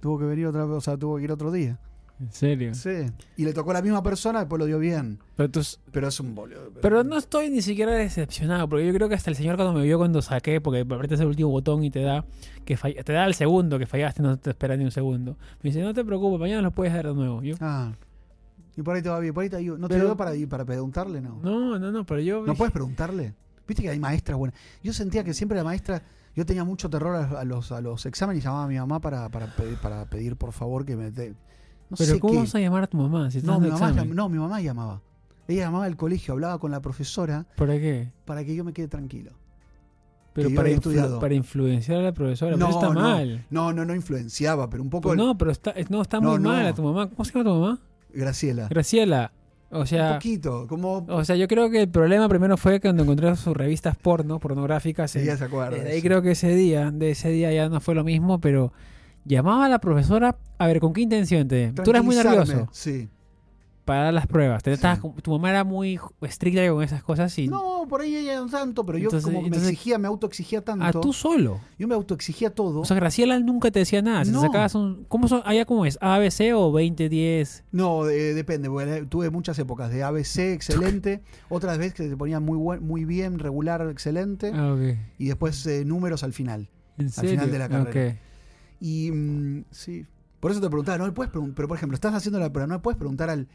Tuvo que venir otra vez, o sea, tuvo que ir otro día.
En serio.
Sí. Y le tocó a la misma persona, después lo dio bien.
Pero, tú s-
Pero es un boludo.
pero no estoy ni siquiera decepcionado, porque yo creo que hasta el señor cuando me vio cuando saqué, porque apretas el último botón y te da que fall- te da el segundo que fallaste, no te espera ni un segundo. Me dice, no te preocupes, mañana lo puedes dar de nuevo. Yo,
Ah. Y por ahí te va bien. Por ahí te ayudo. ¿No te
Pero-
dio para, para preguntarle? No. No, pues,
no, no, no, pero yo... dije-
puedes preguntarle. Viste que hay maestras buenas. Yo sentía que siempre la maestra. Yo tenía mucho terror a, a los, a los exámenes y llamaba a mi mamá para, para, pedir, para pedir, por favor, que me. dé- No
pero
sé
¿cómo
qué.
vas a llamar a tu mamá si estás
No
en
mi,
el
mamá
examen?
llam- no, mi mamá llamaba. Ella llamaba al colegio, hablaba con la profesora
¿Para qué?
para que yo me quede tranquilo.
Pero
yo
para,
había
influ-
estudiado.
para influenciar a la profesora. pero eso está mal.
No, no, no influenciaba, pero un poco
Pues no, pero está, es- no, está
No,
muy
no.
mal a tu mamá. ¿Cómo se llama tu mamá?
Graciela.
Graciela. O
Un
sea,
poquito, como
o sea, yo creo que el problema primero fue cuando encontré sus revistas porno, pornográficas. en-
ella se acuerda.
Desde
de
Eh, ahí
eso.
creo que ese día, de ese día ya no fue lo mismo, pero llamaba a la profesora, a ver, ¿con qué intención te? Tú eras muy
Tranquilizarme,
nervioso
Sí.
para dar las pruebas. Te-
Sí.
estabas con- tu mamá era muy ju- estricta con esas cosas y
No, por ahí ella no tanto, pero yo
Entonces-
como
entonces-
me exigía, me autoexigía tanto.
a tú solo.
Yo me autoexigía todo.
O sea, Graciela nunca te decía nada. Si te
No.
sacabas un... ¿Cómo son? ¿Allá cómo es? ¿A, B, C o 20, 10?
no, de- depende, porque eh, tuve muchas épocas de ABC, excelente. Otras veces que te ponían muy, buen- muy bien, regular, excelente.
Ah, ok.
Y después eh, números al final.
¿En
final
serio?
de la carrera.
Ok.
Y mm, sí. Por eso te preguntaba, no le puedes preguntar, pero por ejemplo, estás haciendo la prueba, no le puedes preguntar al.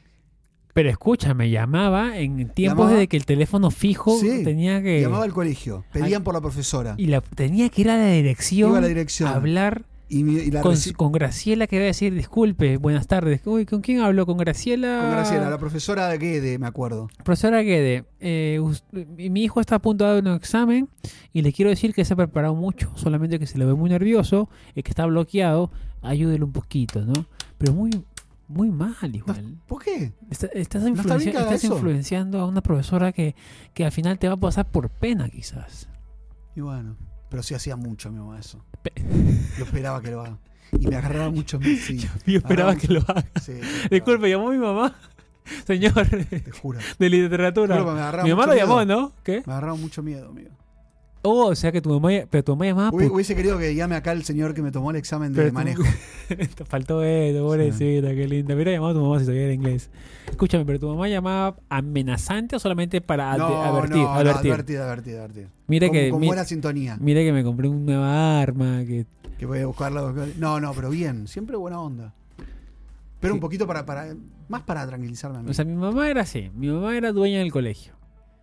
Pero escúchame, llamaba en tiempos
Llamaba.
de que el teléfono fijo
Sí.
tenía que...
Llamaba al colegio, pedían por la profesora.
Y la, tenía que ir a la dirección,
Iba a la dirección.
a hablar
y, mi- y la
con,
reci-
con Graciela que va a decir, disculpe, buenas tardes. Uy, ¿con quién hablo? ¿Con Graciela?
Con Graciela, la profesora de Guede, me acuerdo.
Profesora Guede, eh, us- mi mi hijo está a punto de dar un examen y le quiero decir que se ha preparado mucho, solamente que se le ve muy nervioso, es que está bloqueado, ayúdelo un poquito, ¿no? Pero muy, muy mal igual.
¿Por qué?
Está- estás
no está bien
influencia-
que haga
estás
eso.
influenciando a una profesora que, que al final te va a pasar por pena quizás.
Y bueno, pero sí hacía mucho mi mamá eso. Yo esperaba que lo haga. Y me agarraba mucho. mi- Sí,
Yo
esperaba que
lo haga.
sí, sí,
Disculpe, llamó mi mamá, señor
Te juro. Te
de
juro
literatura.
que me agarraba
Mi mamá
mucho
lo llamó,
miedo.
¿no? ¿Qué?
Me agarraba mucho miedo, amigo.
Oh, o sea que tu mamá, pero tu mamá llamaba
Hubi-
por...
Hubiese querido que llame acá el señor que me tomó el examen de
Ah, pero tu-
manejo.
Te faltó esto, pobrecita, qué linda. Hubiera llamado a tu mamá si sabía inglés. Escúchame, pero tu mamá llamaba amenazante o solamente para adve-
no,
advertir,
no,
advertir.
no, advertir, advertir, advertir.
Mira
con,
que
con
mi-
buena sintonía.
mira que me compré una nueva arma que
Que voy a buscarla. buscarla. No, no, pero bien. Siempre buena onda. Pero un
Sí.
poquito para, para más para tranquilizarme a mí.
o sea, mi mamá era así, mi mamá era dueña del colegio,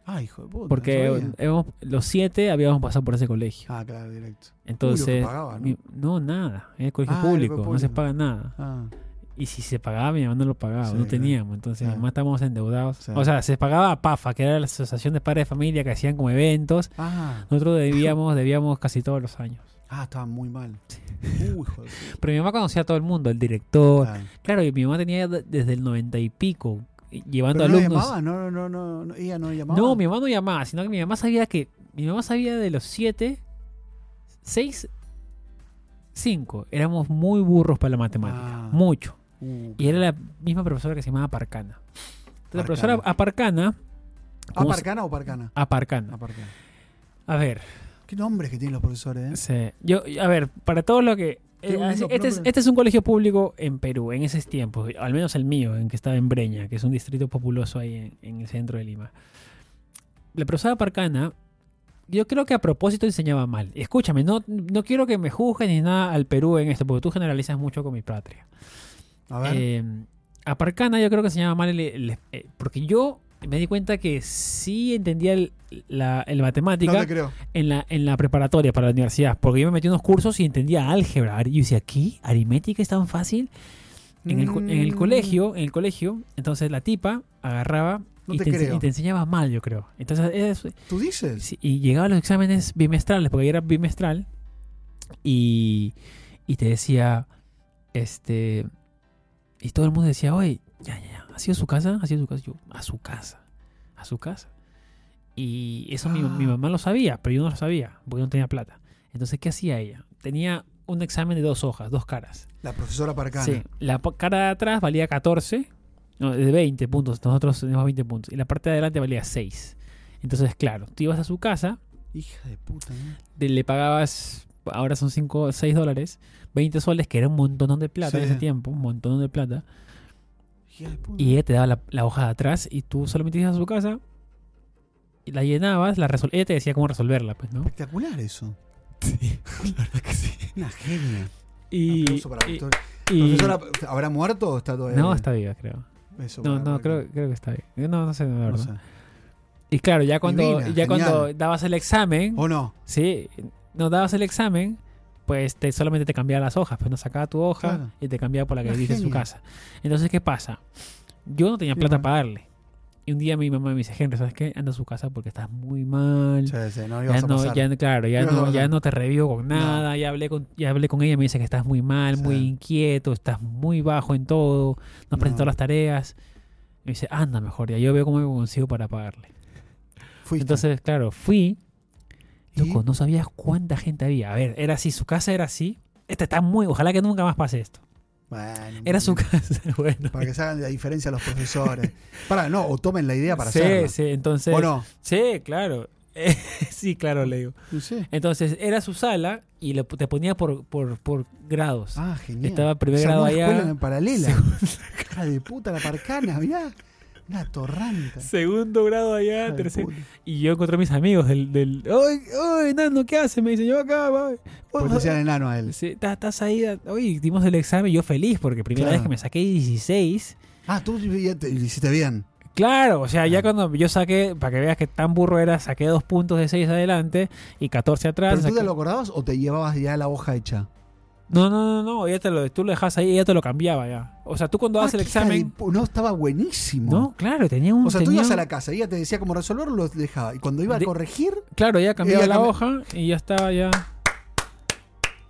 ah, hijo de puta.
porque
no sabía.
hemos- los siete habíamos pasado por ese colegio.
Ah, claro, directo.
Entonces,
pagaba, ¿no?
mi- no, nada, es colegio
Ah, era
público, no se
público.
paga nada.
Ah,
Y si se pagaba, mi mamá no lo pagaba,
Sí,
no
claro.
teníamos. Entonces, mi
Claro.
mamá estábamos endeudados.
Sí.
O sea, se pagaba a PAFA, que era la asociación de padres de familia que hacían como eventos.
ah,
Nosotros debíamos, debíamos casi todos los años.
ah, estaba muy mal. Uy, hijo de puta.
Pero mi mamá conocía a todo el mundo, el director.
Claro.
Claro, y mi mamá tenía de- desde el noventa y pico, eh, llevando
Pero no
alumnos.
llamaba, no, no, no, no, no, ella no llamaba.
No, mi mamá no llamaba, sino que mi mamá sabía que. Mi mamá sabía de los siete, seis, cinco. Éramos muy burros para la matemática.
Ah.
Mucho.
Uh,
Y era la misma profesora que se llamaba Parcana. Entonces, la
Parcana.
profesora Aparcana.
¿Ah,
¿cómo se-
Parcana o Parcana?
Aparcana.
Ah, Parcana.
A ver,
Qué nombres que tienen los profesores, ¿eh?
Sí. Yo, a ver, para todo lo que.
Qué
eh, así-
lindo
este, es,
programa.
este es un colegio público en Perú, en esos tiempos, al menos el mío, en que estaba en Breña, que es un distrito populoso ahí en, en el centro de Lima. La profesora Parcana, yo creo que a propósito enseñaba mal. Escúchame, no, no quiero que me juzguen ni nada al Perú en esto, porque tú generalizas mucho con mi patria.
A ver.
Eh, a Parcana yo creo que se llama mal el- el- eh, porque yo me di cuenta que sí entendía el, la el matemática
no te creo.
en la, en la preparatoria para la universidad, porque yo me metí en unos cursos y entendía álgebra. Y yo decía, ¿qué? ¿Aritmética es tan fácil? En el, co- en el
Mm,
colegio, en el colegio, entonces la tipa agarraba
No
y,
te
te ense-
creo.
y te enseñaba mal, yo creo. Entonces, es-
¿Tú dices?
sí, y llegaba a los exámenes bimestrales, porque yo era bimestral, y, y te decía, este, y todo el mundo decía, oye, ya, ya, ya, ¿ha sido su casa? ¿Ha sido su casa? Yo, a su casa, a su casa. Y eso mi,
Ah.
mi mamá lo sabía, pero yo no lo sabía, porque yo no tenía plata. Entonces, ¿qué hacía ella? Tenía un examen de dos hojas, dos caras.
La profesora Parcana.
Sí, la po- cara de atrás valía 14, no, de 20 puntos, nosotros teníamos 20 puntos, y la parte de adelante valía 6. Entonces, claro, tú ibas a su casa,
Hija de puta, ¿eh?
de- le pagabas, ahora son 5, 6 dólares, 20 soles, que era un montón de plata en
Sí.
ese tiempo, un montón de plata,
Hija de puta.
y ella te daba la, la hoja de atrás y tú solamente ibas a su casa. y La llenabas, la resol- ella te decía cómo resolverla, pues, ¿no?
Espectacular eso.
Sí, la verdad que sí.
Una genia.
Y,
Aplauso para
y-
Victoria.
y-
Profesora, pues. ¿habrá muerto o está todavía?
no,
viva?
está viva, creo.
Eso,
No,
para
no,
Parcana.
creo, creo que está bien. No, no sé, la
No
verdad.
sé.
Y claro, ya cuando,
Divina,
ya
genial.
cuando dabas el examen,
¿O no?
sí, no dabas el examen, pues te, solamente te cambiaba las hojas, pues no sacaba tu hoja
Claro.
y te cambiaba por la que
Una
dice en su
genia.
casa. Entonces, ¿qué pasa? Yo no tenía
Sí,
plata
bueno.
para darle. Y un día mi mamá me dice, Henry, ¿sabes qué? Anda a su casa porque estás muy mal.
Sí, sí, no ibas
Ya
a
no,
pasar.
ya, claro, ya
Ibas a
no, ya
pasar.
no te revivo con nada, ya hablé con, ya hablé con ella, me dice que estás muy mal,
Sí.
muy inquieto, estás muy bajo en todo, no has presentado
No.
las tareas. Me dice, anda mejor, ya yo veo cómo me consigo para pagarle.
Fuiste.
Entonces, claro, fui.
¿Y?
Loco, no sabías cuánta gente había. A ver, era así, su casa era así. Esta está muy, ojalá que nunca más pase esto.
Bueno,
Era su casa, bueno.
Para que se hagan la diferencia los profesores. Para, no, o tomen la idea para
sí,
hacerla.
sí, entonces.
¿O no?
Sí, claro. sí, claro, le digo.
No sé.
Entonces, era su sala y lo- te ponía por, por, por grados.
Ah, genial.
Estaba primer
Se armó
grado
una
allá.
escuela en paralela. Hija de puta, la parcana, mirá. Una torranta.
Segundo grado
Hija
allá,
de
tercero.
puta.
Y yo encontré a mis amigos del. del ¡Oy, oy, Nando, qué haces! Me dice, yo acá, voy.
Pues le
eh.
decían enano a él.
Sí, estás- Estás ahí, da- oye, dimos el examen, yo feliz, porque primera
Claro.
vez que me saqué 16.
Ah, tú ya te- lo hiciste bien.
Claro, o sea, ya
Ah.
cuando yo saqué, para que veas que tan burro era, saqué dos puntos de 6 adelante y 14 atrás.
¿Pero tú te
saqué-
lo acordabas o te llevabas ya la hoja hecha?
No, no, no, no, ya te lo, tú lo dejas ahí, ya te lo cambiaba ya. O sea, tú cuando
Ah,
haces el
qué hija de
examen.
pu- No, estaba buenísimo.
No, claro, tenía un.
O sea, tú
tenía
ibas a
un-
la casa, ella te decía cómo resolverlo, lo dejaba. Y cuando iba a
De-
corregir,
Claro, ya cambiaba
Iba a
la
cambi-
hoja y ya estaba ya.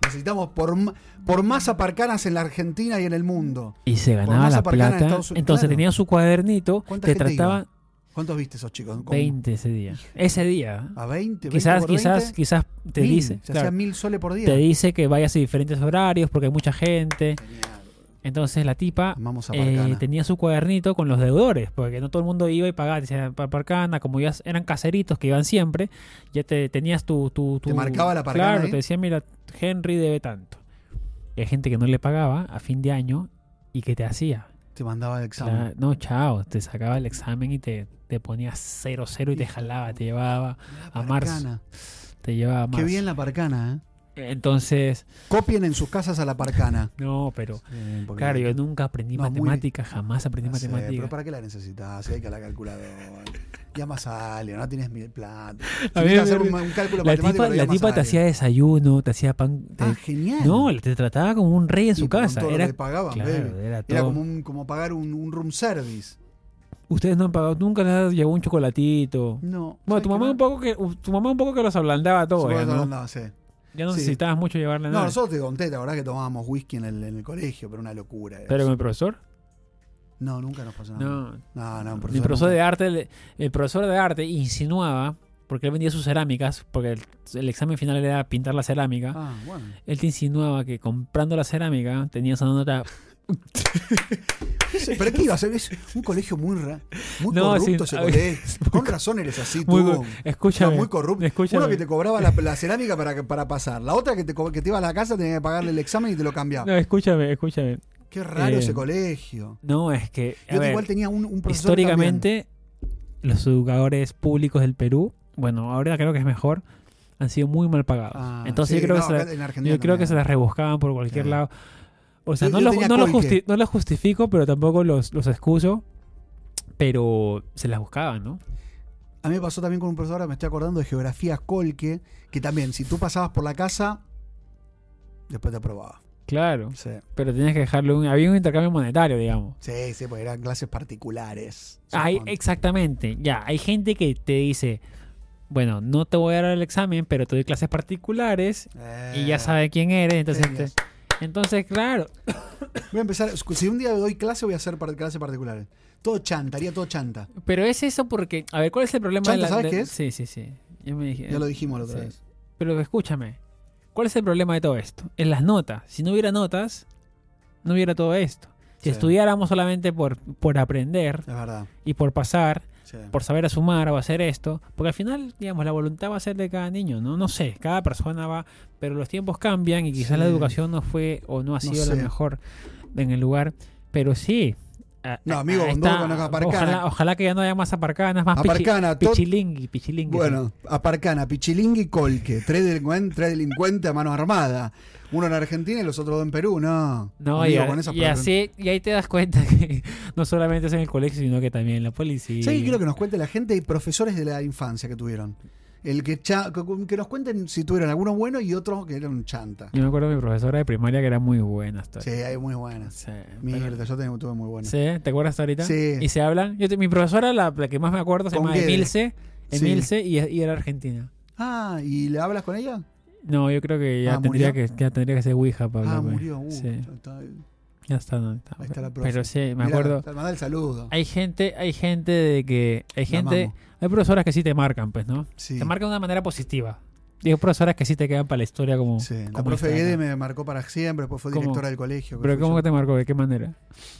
necesitamos por, m- por más aparcanas en la Argentina y en el mundo.
Y se ganaba
más
la
aparcada en
plata.
Estados Unidos,
Entonces
claro.
tenía su cuadernito,
¿Cuánta
te
gente
trataba
¿Cuántos viste esos chicos? Como
20 ese día. Ese día.
¿A 20? 20
Quizás,
Ah, por
quizás,
20,
quizás te
mil.
dice.
Se
claro,
hacían mil soles por día.
te dice que vayas a diferentes horarios porque hay mucha gente.
Genial.
Entonces la tipa
Amamos a
eh,
Parcana.
tenía su cuadernito con los deudores, porque no todo el mundo iba y pagaba. Decía, "Pa- Parcana, como ya eran caseritos que iban siempre, ya te tenías tu. tu,
Te
tu-
marcaba la Parcana
Claro,
ahí.
te decía, mira, Henry debe tanto. Y hay gente que no le pagaba a fin de año y que te hacía.
Te mandaba el
La-
examen.
no, chao, te sacaba el examen y te, te ponía cero, cero y te
Hijo.
jalaba, te llevaba,
La
a marzo.
Ah, Parcana.
te llevaba más.
Qué bien la parcana, ¿eh?
Entonces,
Copien en sus casas a la parcana.
no, pero.
Eh, porque-
Claro, yo nunca aprendí
No, muy-
matemáticas, jamás aprendí
No sé,
matemáticas.
pero ¿para qué la necesitas? Si Hay que la calculadora. Llama a alguien, no tienes mil plata. Si
A mí
quieres
me-
hacer un, un cálculo
La
matemático,
tipa,
lo
la
llamas
tipa
a
te hacía
alguien.
desayuno, te hacía pan. te-
Ah, genial.
no, te trataba como un rey en su
Y con
casa.
todo lo
Era,
que pagaban,
claro,
baby.
era
Era
todo.
como, un- como pagar un, un room service.
Ustedes no han pagado, nunca les ha llegado un chocolatito.
No.
Bueno, tu mamá, un poco que, uh, tu mamá un poco que los ablandaba todo. ya, ¿no?
No, sí.
Ya no
Sí.
necesitabas mucho llevarle
no,
nada.
nosotros te conté, la verdad que tomábamos whisky en el, en el colegio, pero una locura. era
Pero con
eso.
el profesor.
No, nunca nos pasó nada.
No,
no, Ah, no, un
Mi profesor de
nunca.
arte, le- el profesor de arte insinuaba, porque él vendía sus cerámicas, porque el, el examen final era pintar la cerámica,
Ah, bueno.
él te insinuaba que comprando la cerámica tenías una nota...
Ese- ¿Pero qué iba a hacer? Es un colegio muy ra- muy
No,
corrupto
sí,
ese
a ver,
colegio. Con razón eres así, tú.
Muy, cor-
No,
escúchame,
muy corrupto.
escúchame.
Uno que te cobraba la, la cerámica para, que- para pasar. La otra que te, co- que te iba a la casa tenía que pagarle el examen y te lo cambiaba.
No, escúchame, escúchame.
Qué raro
Eh,
ese colegio.
No, es que... a
Yo
ver,
igual tenía un, un profesor
históricamente, los educadores públicos del Perú, bueno, ahora creo que es mejor, han sido muy mal pagados.
también. Ah,
Entonces
sí,
yo creo
no,
que se la-
acá en Argentina
Yo creo que
también.
se las rebuscaban por cualquier
Sí.
lado. O sea,
Yo-
no,
yo
lo,
tenía
no, lo
colque.
justi- no lo justifico, pero tampoco los, los excuso. Pero se las buscaban, ¿no?
A mí me pasó también con un profesor, ahora me estoy acordando de geografía Colque, que también, si tú pasabas por la casa, después te aprobaba.
Claro.
Sí,
Pero tenías que dejarle un... Había un intercambio monetario, digamos.
sí, sí, porque eran clases particulares.
Hay,
Supongo.
exactamente. Ya, hay gente que te dice... Bueno, no te voy a dar el examen, pero te doy clases particulares y ya
Eh,
sabe quién eres. Entonces,
genios.
te- entonces claro.
Voy a empezar, si un día doy clase, voy a hacer par- clases particulares. Todo chanta, haría todo chanta.
Pero es eso porque... A ver, ¿cuál es el problema? de
Chanta,
la,
¿sabes
de-
qué es?
Sí, sí, sí. Yo me dije...
Ya lo dijimos la otra
Sí.
vez.
Pero escúchame, ¿cuál es el problema de todo esto? En las notas. Si no hubiera notas, no hubiera todo esto. Si
Sí.
estudiáramos solamente por, por aprender
Es verdad.
y por pasar,
sí.
por saber a sumar o hacer esto, porque al final, digamos, la voluntad va a ser de cada niño, ¿no? No sé, cada persona va, pero los tiempos cambian y quizás
Sí.
la educación no fue o no
No
ha sido
sé.
la mejor en el lugar, pero sí. a-
No,
a-
amigo,
a-
no conozco aparcana.
ojalá, ojalá que ya no haya más aparcanas, más pichi-
Aparcana, to-
pichilingui, pichilingui.
Bueno, Aparcana, Pichilingui y Colque. Tres delincuentes, tres delincuentes a mano armada. Uno en Argentina y los otros dos en Perú. No.
No,
Amigo,
y,
con esas
y
par-
así, y ahí te das cuenta que no solamente es en el colegio, sino que también en la policía.
Sí, quiero que nos cuente la gente y profesores de la infancia que tuvieron. El que, cha- que- que nos cuenten si tuvieron alguno bueno y otro que era un chanta.
Yo me acuerdo de mi profesora de primaria que era muy buena hasta
Sí, hay muy buenas.
Sí, pero-
Mierda, yo tengo, tuve muy buenas.
Sí, ¿te acuerdas hasta ahorita?
Sí.
Y se hablan. Yo te- mi profesora, la, la que más me acuerdo, se
Con
llama
Guede.
Emilce.
Sí.
Emilce y, y era argentina.
Ah, ¿y le hablas con ella?
No, yo creo que ya
Ah,
tendría
¿murió?
que ya tendría que ser Ouija para
Ah,
hablar, pues.
murió. Uh,
Sí,
ya está.
ya está, no, está.
Ahí está la profe.
Pero sí, me
Mirá,
acuerdo.
te Mandá el saludo.
Hay gente, hay gente de que hay
La
gente,
amamos.
hay profesoras que sí te marcan, pues, ¿no?
Sí.
Te marcan de una manera positiva. Y hay profesoras que sí te quedan para la historia como
Sí, La
como
profe
esta,
Guede
¿no?
me marcó para siempre, después fue
¿Cómo?
directora del colegio. que
Pero
fui
cómo
yo.
que te marcó, de qué manera?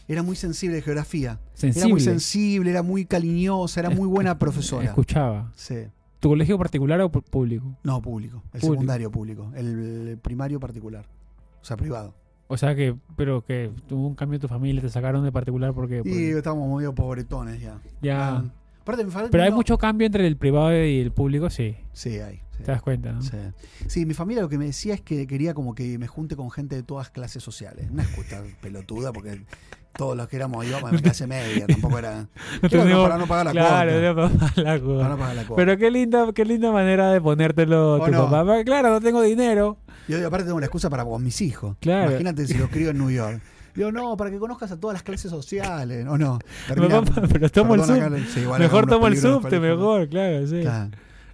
Era muy sensible de geografía. Era
Sensible.
muy sensible, era muy cariñosa, era muy buena profesora.
Escuchaba.
Sí.
¿Tu colegio particular o pu- público?
No, público. El
Público.
secundario público. El, el primario particular. O sea, privado.
O sea que, pero que tuvo un cambio en tu familia, te sacaron de particular porque...
Y
porque
estábamos medio pobretones ya.
ya...
Ah. Aparte, mi familia.
pero hay
no-
mucho cambio entre el privado y el público, sí.
Sí, hay. sí.
Te das cuenta, ¿no?
Sí. Sí, mi familia lo que me decía es que quería como que me junte con gente de todas clases sociales. Una escucha pelotuda, porque todos los que éramos íbamos de clase media, tampoco era. Creo
No
que
tenemos-
para no pagar la
claro,
cuota.
no pagas la
Para no
cuota.
pagar la cuota.
Pero qué linda, qué linda manera de ponértelo
¿O
tu
no?
papá. Pero Claro, no tengo dinero.
Yo digo, aparte tengo la excusa para con mis hijos.
Claro.
Imagínate si los crío en New York. Digo, no, para que conozcas a todas las clases sociales. No, no. Termina-
Papá, pero tomo el
Perdón, acá
sub.
le- sí, igual
Mejor
algunos
tomo el
peligros
subte,
parece, ¿no?
mejor, claro, sí.
Claro.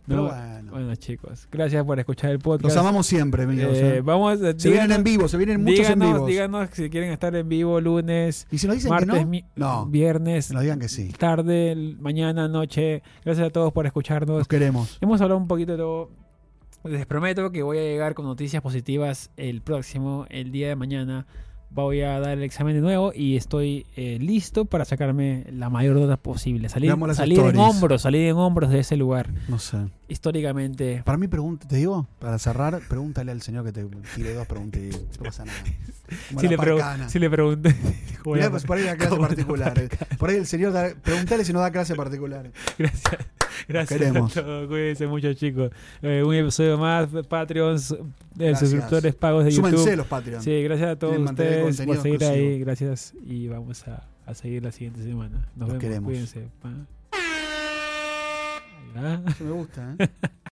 Pero
No,
bueno.
Bueno, chicos, gracias por escuchar el podcast.
Los amamos siempre, amigos.
Eh,
¿eh?
vamos, a-
Se vienen en vivo, se vienen muchos
díganos,
en vivos.
díganos si quieren estar en vivo lunes,
y si nos dicen
martes,
que no,
mi-
no,
viernes,
que nos digan que sí.
tarde, l- mañana, noche. Gracias a todos por
Los
escucharnos.
queremos.
Hemos hablado un poquito de todo. Les prometo que voy a llegar con noticias positivas el próximo, el día de mañana. Voy a dar el examen de nuevo y estoy eh, listo para sacarme la mayor data posible. Salir,
Veamos las
salir en
stories.
hombros, salir en hombros de ese lugar.
No sé.
Históricamente.
Para mí, pregunta, te digo, para cerrar, pregúntale al señor que te tire dos preguntas y no pasa nada. Como
Si
la
le, pregun-
parcana.
si le pregunté. voy a-
Mirá, pues por ahí da clases
como la
particulares. Por ahí el señor, da, preguntale si no da clases particulares.
Gracias. Gracias
queremos.
a todos. Cuídense mucho, chicos. Eh, un episodio más. Patreons, eh,
Gracias.
suscriptores pagos de YouTube.
Súmense los Patreon.
Sí, gracias a todos
Quieren mantener el
ustedes por
contenido
seguir ahí.
exclusivo.
Gracias y vamos a, a seguir la siguiente semana.
Los
Nos vemos.
queremos.
Cuídense. Pa. Ahí va.
Me gusta, ¿eh?